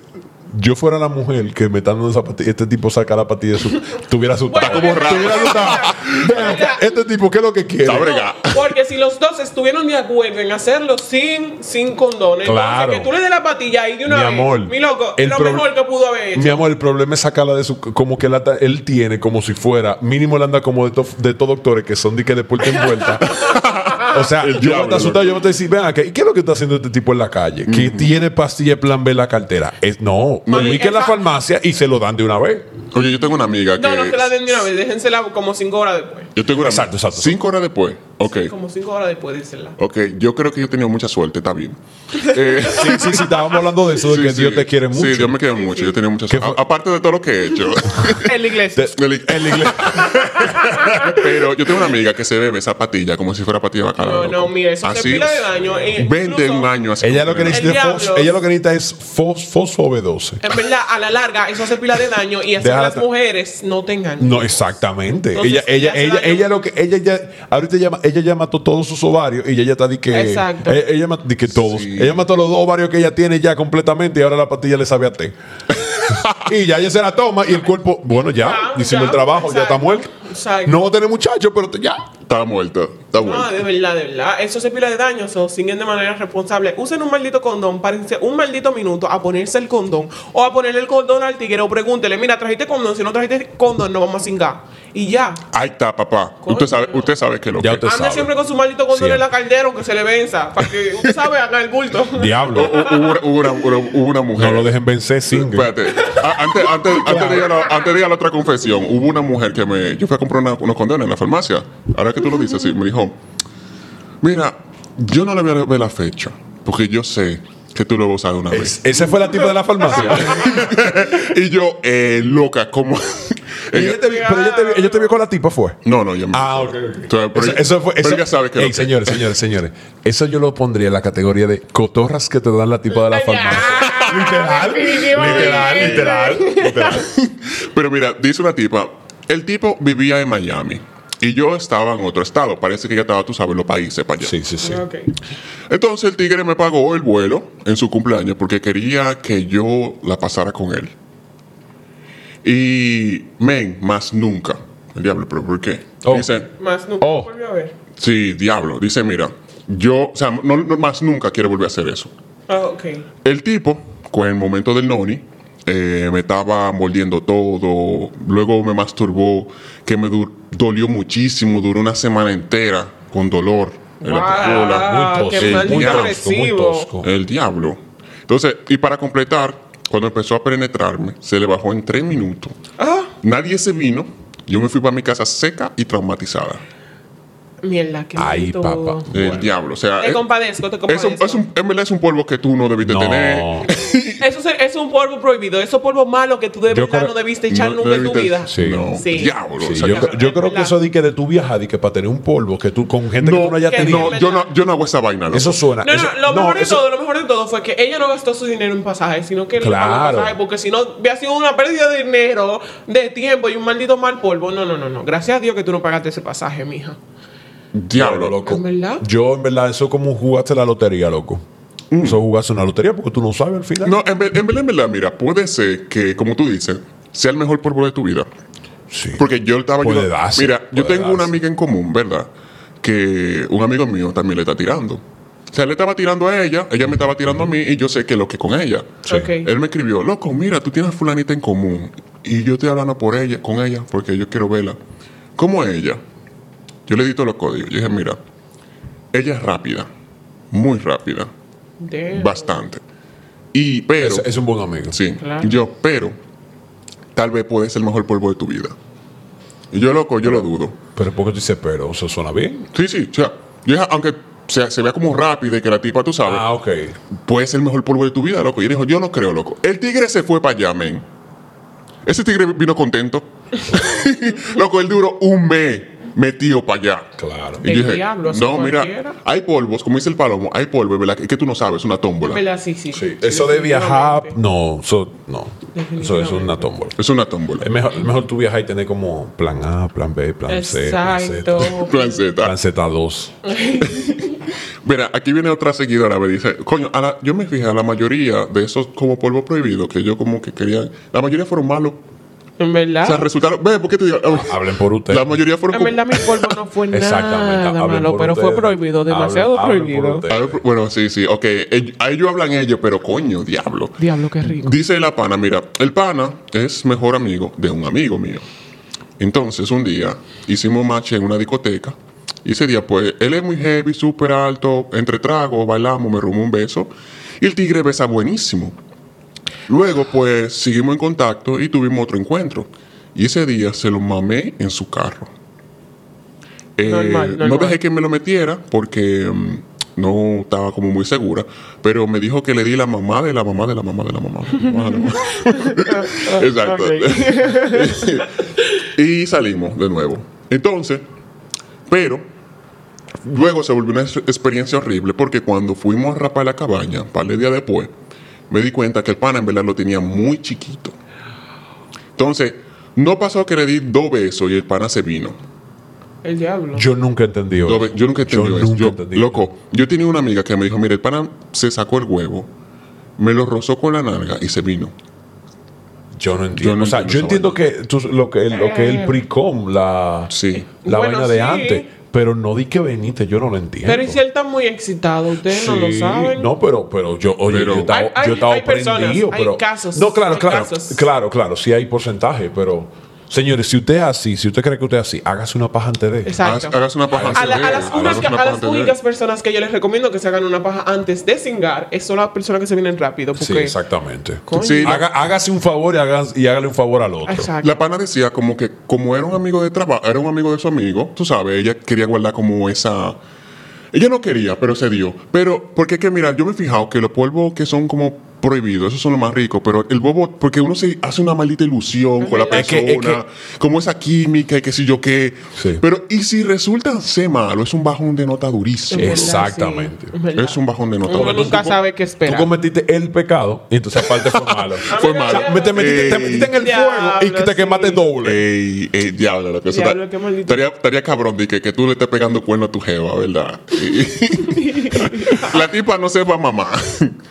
S2: yo fuera la mujer que me está dando esa patilla, este tipo saca la patilla de su, tuviera su
S3: Bueno,
S1: como raro.
S2: Tuviera asustado. Ven acá, este tipo, ¿qué es lo que quiere?
S1: Está
S3: No,
S1: brega.
S3: porque si los dos estuvieron de acuerdo en hacerlo sin, sin condones, entonces
S2: Claro.
S3: que tú le des la patilla ahí de
S2: Mi
S3: una vez,
S2: amor.
S3: mi loco,
S2: el
S3: es lo
S2: prob-
S3: mejor que pudo haber hecho.
S2: Mi amor, el problema es sacarla de su. Como que la ta- él tiene, como si fuera. Mínimo él anda como de estos de estos doctores que son de que de puerta en puerta. o sea,
S1: El
S2: yo
S1: diablo,
S2: voy a estar asustado, yo voy a estar decir, ven acá, ¿y qué es lo que está haciendo este tipo en la calle? Que tiene pastilla plan B en la cartera. Es, no,
S3: No,
S2: lo
S3: y
S2: ubica en la
S3: esa-
S2: farmacia y se lo dan de una vez.
S1: Oye, yo tengo una amiga que.
S3: No, no se la den de una vez, déjensela como cinco horas después.
S1: Yo tengo una
S2: Exacto, exacto, exacto.
S1: Cinco horas después. Ok.
S3: Como cinco horas después, déjensela.
S1: Ok, yo creo que yo he tenido mucha suerte, está bien. Eh,
S2: Sí, sí, sí, estábamos hablando de eso, de
S1: sí,
S2: que
S1: sí.
S2: Dios te quiere mucho.
S1: Sí, Dios me quiere mucho. Yo he tenido mucha
S2: ¿Qué
S1: suerte.
S2: fue?
S1: A- Aparte de todo lo que he hecho.
S3: En la iglesia.
S1: Del-
S2: En la iglesia.
S1: Pero yo tengo una amiga que se bebe esa patilla como si fuera patilla de
S2: Ah,
S1: bacalao.
S3: No, no,
S1: mira,
S3: mira, eso se pila de daño. e
S1: 20
S3: incluso-
S1: un año así.
S2: ella, lo que
S1: como
S2: necesita
S3: El
S2: es fos-
S3: diablo.
S2: ella lo que necesita es fos- fosfo B12.
S3: En verdad, a la larga, eso hace pila de daño y hace que
S2: Déjala
S3: las
S2: tra-
S3: mujeres no tengan.
S2: No, exactamente.
S3: Entonces,
S2: ella, ella,
S3: ya se
S2: ella,
S3: dañó.
S2: ella lo que, ella ya, ahorita llama, ella ya mató todos sus ovarios y ella ya está de que.
S3: Exacto.
S2: eh, Ella, mató de que todos.
S1: Sí.
S2: Ella mató los dos ovarios que ella tiene ya completamente y ahora la pastilla le sabe a té. y ya ella se la toma y el cuerpo, bueno, ya,
S3: Ya,
S2: hicimos
S3: ya,
S2: el trabajo, ya está
S3: exacto,
S2: muerta.
S3: exacto.
S2: No va a tener muchachos, pero te- ya.
S1: Está muerta, está
S3: No,
S1: muerta.
S3: Ah, de verdad, de verdad. Eso se pila de daño, so, siguen de manera responsable. Usen un maldito condón, párense un maldito minuto a ponerse el condón o a ponerle el condón al tigre o pregúntele, mira, trajiste condón, si no trajiste condón, no vamos a cingar. Y ya.
S1: Ahí está, papá.
S3: Coño.
S1: Usted sabe, usted sabe que lo
S2: Ya
S1: que-
S2: usted-
S3: Ande
S2: sabe.
S3: siempre con su maldito condón
S2: Siempre.
S3: en la caldera aunque se le venza. Para que usted sabe acá el bulto.
S1: Hu-
S2: Diablo.
S1: hu- Hubo, una- hubo una, hubo una mujer.
S2: no lo dejen vencer, single.
S1: Espérate. A- Antes, antes, antes, de ir a la, antes de ir a la otra confesión, hubo una mujer que me. Yo fui a comprar una- unos condones en la farmacia. Ahora que tú lo dices, sí, me dijo: Mira, yo no le voy a ver la fecha, porque yo sé que tú lo vas a usar una
S2: Pues,
S1: vez.
S2: Es- esa fue la tipa de la farmacia.
S1: y yo, eh, loca, ¿cómo?
S2: Y ella te vi- pero ella te, vi- ella te vio con la tipa, fue.
S1: No, no, yo me.
S2: Ah, ok, ok.
S1: O sea, pero
S2: Eso,
S1: ya-
S2: eso fue.
S1: pero
S2: eso-
S1: ya sabes que
S2: Ey,
S1: no.
S2: señores, señores, señores. Eso yo lo pondría en la categoría de cotorras que te dan la tipa de la farmacia.
S3: Literal.
S2: Literal, literal, literal.
S1: Pero mira, dice una tipa, el tipo vivía en Miami y yo estaba en otro estado. Parece que ya estaba, tú sabes, los países para allá.
S2: Sí, sí, sí.
S3: Ok.
S1: Entonces el tigre me pagó el vuelo en su cumpleaños porque quería que yo la pasara con él. Y, men, más nunca. El diablo, pero ¿por qué?
S2: Oh.
S1: Dice,
S3: Más nunca
S2: Oh.
S3: volvió a ver.
S1: sí, diablo. Dice, mira, yo, o sea, no, no- más nunca quiero volver a hacer eso.
S3: Ah, ok.
S1: El tipo, con el momento del noni, eh, me estaba mordiendo todo, luego me masturbó, que me du- dolió muchísimo, duró una semana entera con dolor. en la cola.
S3: Ah,
S2: muy tosco,
S3: qué
S1: muy
S3: maldito
S1: tosco, muy
S3: agresivo.
S2: tosco.
S1: El diablo. Entonces, y para completar, cuando empezó a penetrarme, se le bajó en tres minutos.
S3: Ah,
S1: Nadie se vino. Yo me fui para mi casa seca y traumatizada.
S3: mierda, qué
S2: Ay,
S3: maldito.
S2: papá.
S1: El
S2: Bueno.
S1: diablo. O sea,
S2: Eh,
S3: Te
S1: es,
S3: compadezco, te
S1: es un,
S3: compadezco.
S1: es un- en verdad es un polvo que tú no debiste
S2: No.
S1: tener.
S3: Eso es, es un polvo prohibido, eso polvo malo que tú de
S2: Yo
S3: verdad
S2: creo-
S3: no debiste echar
S1: no
S3: nunca en tu
S1: debiste-
S3: vida.
S2: Sí.
S1: No,
S3: Sí.
S1: diablo.
S2: Sí,
S1: o sea,
S2: yo,
S1: que-
S2: yo creo que eso de que de tu viajar y que para tener un polvo, que tú con gente que tú no hayas
S3: que
S2: tenido.
S1: no,
S3: es
S1: yo
S3: verdad.
S1: no, yo no hago esa vaina. loco.
S2: Eso suena.
S3: No,
S2: eso-
S3: no, lo mejor de
S2: eso-
S3: todo, lo mejor de todo fue que ella no gastó su dinero en pasajes, sino que le pagó
S2: Claro.
S3: pasaje, porque si no hubiera sido una pérdida de dinero, de tiempo y un maldito mal polvo. No, no, no, no. Gracias a Dios que tú no pagaste ese pasaje, mija.
S1: Diablo, loco.
S2: loco.
S3: ¿En verdad?
S2: Yo, en verdad, eso es como jugaste la lotería, loco. Eso jugaste una lotería porque tú no sabes al final.
S1: Mm. No, en ver- en verdad, en verdad, mira, puede ser que, como tú dices, sea el mejor polvo de tu vida.
S2: Sí.
S1: Porque yo estaba
S2: Puede
S1: ayudando-
S2: darse,
S1: Mira, yo
S2: puede
S1: tengo una
S2: darse.
S1: amiga en común, ¿verdad? Que un amigo mío también le está tirando. O sea, él le estaba tirando a ella, ella me estaba tirando a mí y yo sé que lo que con ella.
S2: Sí.
S3: Ok.
S1: Él me escribió, loco, mira, tú tienes fulanita en común y yo estoy hablando por ella, con ella, porque yo quiero verla. ¿Cómo ella? Yo le edito los códigos. Yo dije, mira, ella es rápida, muy rápida,
S3: Damn.
S1: bastante. Y, pero,
S2: es, es un buen amigo.
S1: Sí.
S3: Claro.
S1: Yo, pero tal vez puede ser el mejor polvo de tu vida. Y yo, loco, yo lo dudo.
S2: Pero porque tú dices, pero eso suena bien.
S1: Sí, sí. O sea, yo dije, aunque sea- se vea como rápido y que la tipa, tú sabes,
S2: Ah, ok.
S1: puede ser el mejor polvo de tu vida, loco. Y él dijo, yo no creo, loco. El tigre se fue para allá, men. Ese tigre vino contento. loco, él duró un mes metido para allá.
S2: Claro.
S1: Y
S3: El
S1: yo dije,
S3: diablo, así
S1: no, mira,
S3: cualquiera".
S1: hay polvos, como dice el palomo, hay polvo, ¿verdad? Es que tú no sabes, una tómbola.
S3: ¿Verdad? Sí, sí.
S2: Sí. Eso de viajar,
S3: definitivamente.
S2: no, eso no. Eso, eso es una tómbola.
S1: Es una tómbola.
S2: Es mejor, es mejor tú viajar y tener como plan A, plan B, plan C, plan
S3: Exacto.
S2: Z,
S1: Plan Z.
S2: plan Z2.
S1: Mira, aquí viene otra seguidora, me dice, coño, a la- yo me fijé, a la mayoría de esos como polvo prohibido que yo como que quería, la mayoría fueron malos.
S3: En
S1: O sea,
S3: verdad.
S1: resultaron, ve, ¿por qué te digo?
S2: Ah. Hablen por ustedes.
S1: La mayoría fueron
S3: En
S1: como-
S3: verdad mi polvo no fue
S2: Exactamente.
S3: nada
S2: hablen
S3: malo,
S2: por
S3: pero fue
S2: ustedes.
S3: prohibido,
S2: Hablen-
S3: demasiado
S2: hablen por
S3: prohibido.
S2: ustedes.
S1: A ver, Bueno, sí, sí, ok. Ell- A ellos hablan ellos, pero coño, diablo.
S3: Diablo, qué rico.
S1: Dice la pana, mira, el pana es mejor amigo de un amigo mío. Entonces, un día hicimos match en una discoteca. Y ese día, pues, él es muy heavy, súper alto, entre tragos, bailamos, me rumó un beso. Y el tigre besa buenísimo. Luego, pues, seguimos en contacto y tuvimos otro encuentro. Y ese día se lo mamé en su carro. Eh,
S3: Normal,
S1: No
S3: normal.
S1: dejé que me lo metiera porque mm, no estaba como muy segura, pero me dijo que le di la mamá de la mamá de la mamá de la mamá. de la mamá, de la mamá. Exacto. y salimos de nuevo. Entonces, pero luego se volvió una ex- experiencia horrible porque cuando fuimos a rapar la cabaña, un par de días después, me di cuenta que el pana en verdad lo tenía muy chiquito. Entonces, no pasó que le di dos besos y el pana se vino.
S3: El diablo.
S2: Yo nunca entendí eso.
S1: Dos be- yo nunca entendí
S2: Yo
S1: eso.
S2: nunca
S1: Yo-
S2: entendí.
S1: Loco, yo tenía una amiga que me dijo, mira, el pana se sacó el huevo, me lo rozó con la nalga y se vino.
S2: Yo no entiendo.
S1: Yo no
S2: o sea,
S1: entiendo esa
S2: yo entiendo que tú- lo que lo que es el pre-com,
S1: Eh.
S2: la,
S1: Sí.
S2: la
S3: Bueno,
S2: vaina de
S3: sí.
S2: antes. Pero no di que veniste, yo no lo entiendo.
S3: Pero y si él está muy excitado, ustedes no lo
S2: Sí,
S3: saben.
S2: No, pero, pero yo, oye,
S1: Pero-
S2: yo estaba,
S3: Hay- hay-
S2: yo estaba
S3: hay personas,
S2: prendido,
S3: hay
S2: pero.
S3: casos,
S2: no, claro,
S3: hay
S2: claro.
S3: casos.
S2: Claro, claro, sí hay porcentaje, pero. Señores, si usted es así, si usted cree que usted es así, hágase una paja antes de.
S3: Exacto.
S1: Hagas- hagas una
S3: a, la-
S1: paja antes de-
S3: a las,
S1: hagas
S3: únicas-
S1: una
S3: a
S1: paja
S3: las
S1: antes de-
S3: únicas personas que yo les recomiendo que se hagan una paja antes de cingar es son las personas que se vienen rápido. Porque,
S2: Sí, exactamente.
S3: Coño.
S1: Sí, la-
S2: Haga- hágase un favor y, haga- y hágale un favor al otro.
S3: Exacto.
S1: La pana decía como que como era un amigo de trabajo, era un amigo de su amigo, tú sabes, ella quería guardar como esa... Ella no quería, pero se dio. Pero, porque es que, mira, yo me he fijado que los polvos que son como prohibido, esos son los más ricos, pero el bobo, porque uno se hace una maldita ilusión con la
S3: Es
S2: que-
S1: persona,
S2: es
S1: como esa química y qué sé yo qué.
S2: Sí.
S1: Pero, y si resulta ser malo, es un bajón de nota durísimo.
S2: Es- Exactamente.
S3: Es verdad.
S1: Es un bajón de nota.
S3: Uno nunca
S1: Tú-
S3: sabe qué
S2: Tú
S3: esperar.
S2: cometiste el pecado y entonces aparte fue malo.
S1: Fue
S2: O
S1: malo.
S2: sea, me- te, metiste, te metiste en el
S3: Diablo,
S2: fuego y te
S3: sí.
S2: quemaste doble.
S1: Ey, ey, diablo, lo que eso
S3: Diablo,
S1: está-
S3: qué maldito.
S1: estaría, estaría cabrón de que, que tú le estés pegando cuerno a tu jeva, ¿verdad? Y- la tipa no sepa mamá.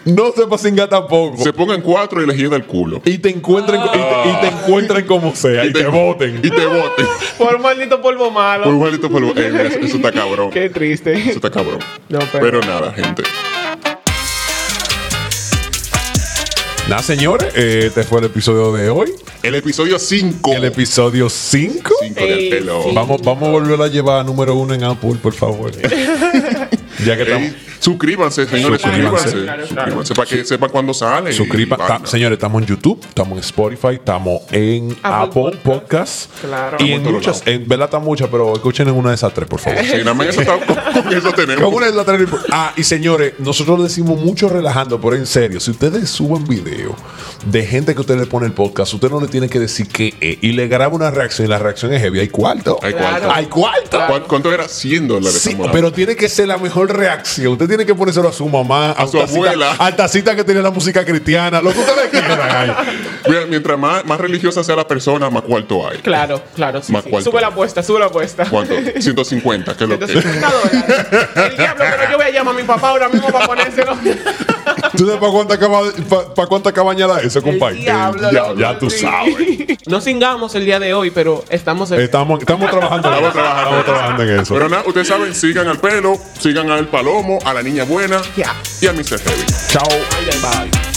S2: No sepa singar tampoco.
S1: Se pongan cuatro y les llega el culo.
S2: Y te encuentren y, te, y te encuentren como sea. Y te voten.
S1: Y te boten.
S3: Por un maldito polvo malo.
S1: Por igualito, por igual- ey, mira, eso- eso está cabrón.
S3: Qué triste.
S1: Eso está cabrón.
S3: No, pero-
S1: pero... nada, gente.
S2: Nada, señores. eh, Este fue el episodio de hoy.
S1: El episodio 5.
S2: El episodio 5.
S1: del
S3: Ey,
S1: pelo.
S3: sí.
S2: Vamos, vamos a volver a llevar a número uno en Apple, por favor. ya que estamos.
S1: Ey, suscríbanse, señores.
S2: Suscríbanse.
S1: Suscríbanse.
S3: Claro, claro.
S1: Suscríbanse para que sepan cuándo sale. y
S2: Suscriba, ta-
S1: vaina.
S2: señores, estamos en YouTube, estamos en Spotify, estamos en Apple,
S3: Apple
S2: Podcast,
S3: Claro. Estamos
S2: y en
S1: en todos
S2: muchas, en verdad están muchas, pero escuchen en una de esas tres, por favor.
S1: Sí, nada más eso, está- con eso tenemos.
S2: Con una de esas tres no importa. Ah, y señores, nosotros decimos mucho relajando, pero en serio, si ustedes suben video de gente que usted le pone el podcast, usted no le tiene que decir qué es, y le graba una reacción, y la reacción es heavy, hay cuarto.
S1: Hay
S3: Claro.
S1: cuarto.
S2: Hay cuarto.
S1: ¿Cuál- ¿Cuánto era? 100 dólares.
S2: Sí,
S1: estamos
S2: pero tiene que ser la mejor reacción. Usted tiene que ponérselo a su mamá, a,
S1: su
S2: tacita-
S1: abuela.
S2: al tacita que tiene la música cristiana, lo que usted le quiera. ay.
S1: Mira, mientras más, más religiosa sea la persona, más cuarto hay.
S3: Claro, claro. Sí,
S1: Más
S3: sí.
S1: cuarto.
S3: Sube la apuesta, sube la apuesta.
S1: ¿Cuánto? 150, que es lo que.
S3: Entonces, $50. El diablo, pero yo voy a llamar a mi papá ahora mismo para ponérselo.
S2: ¿Tú sabes para cuánta, caba- pa- pa' cuánta cabaña la eso, compadre?
S3: El diablo,
S2: Eh, ya,
S3: loco,
S2: ya tú
S3: sí.
S2: sabes.
S3: No singamos el día de hoy, pero estamos en.
S2: Estamos, estamos trabajando en
S1: Estamos
S2: eso.
S1: trabajando.
S2: Estamos trabajando en eso.
S1: Pero nada, ustedes saben, sigan al pelo, sigan al palomo, a la niña buena
S3: Ya.
S1: y a Mr. Heavy.
S2: Chao.
S3: Bye.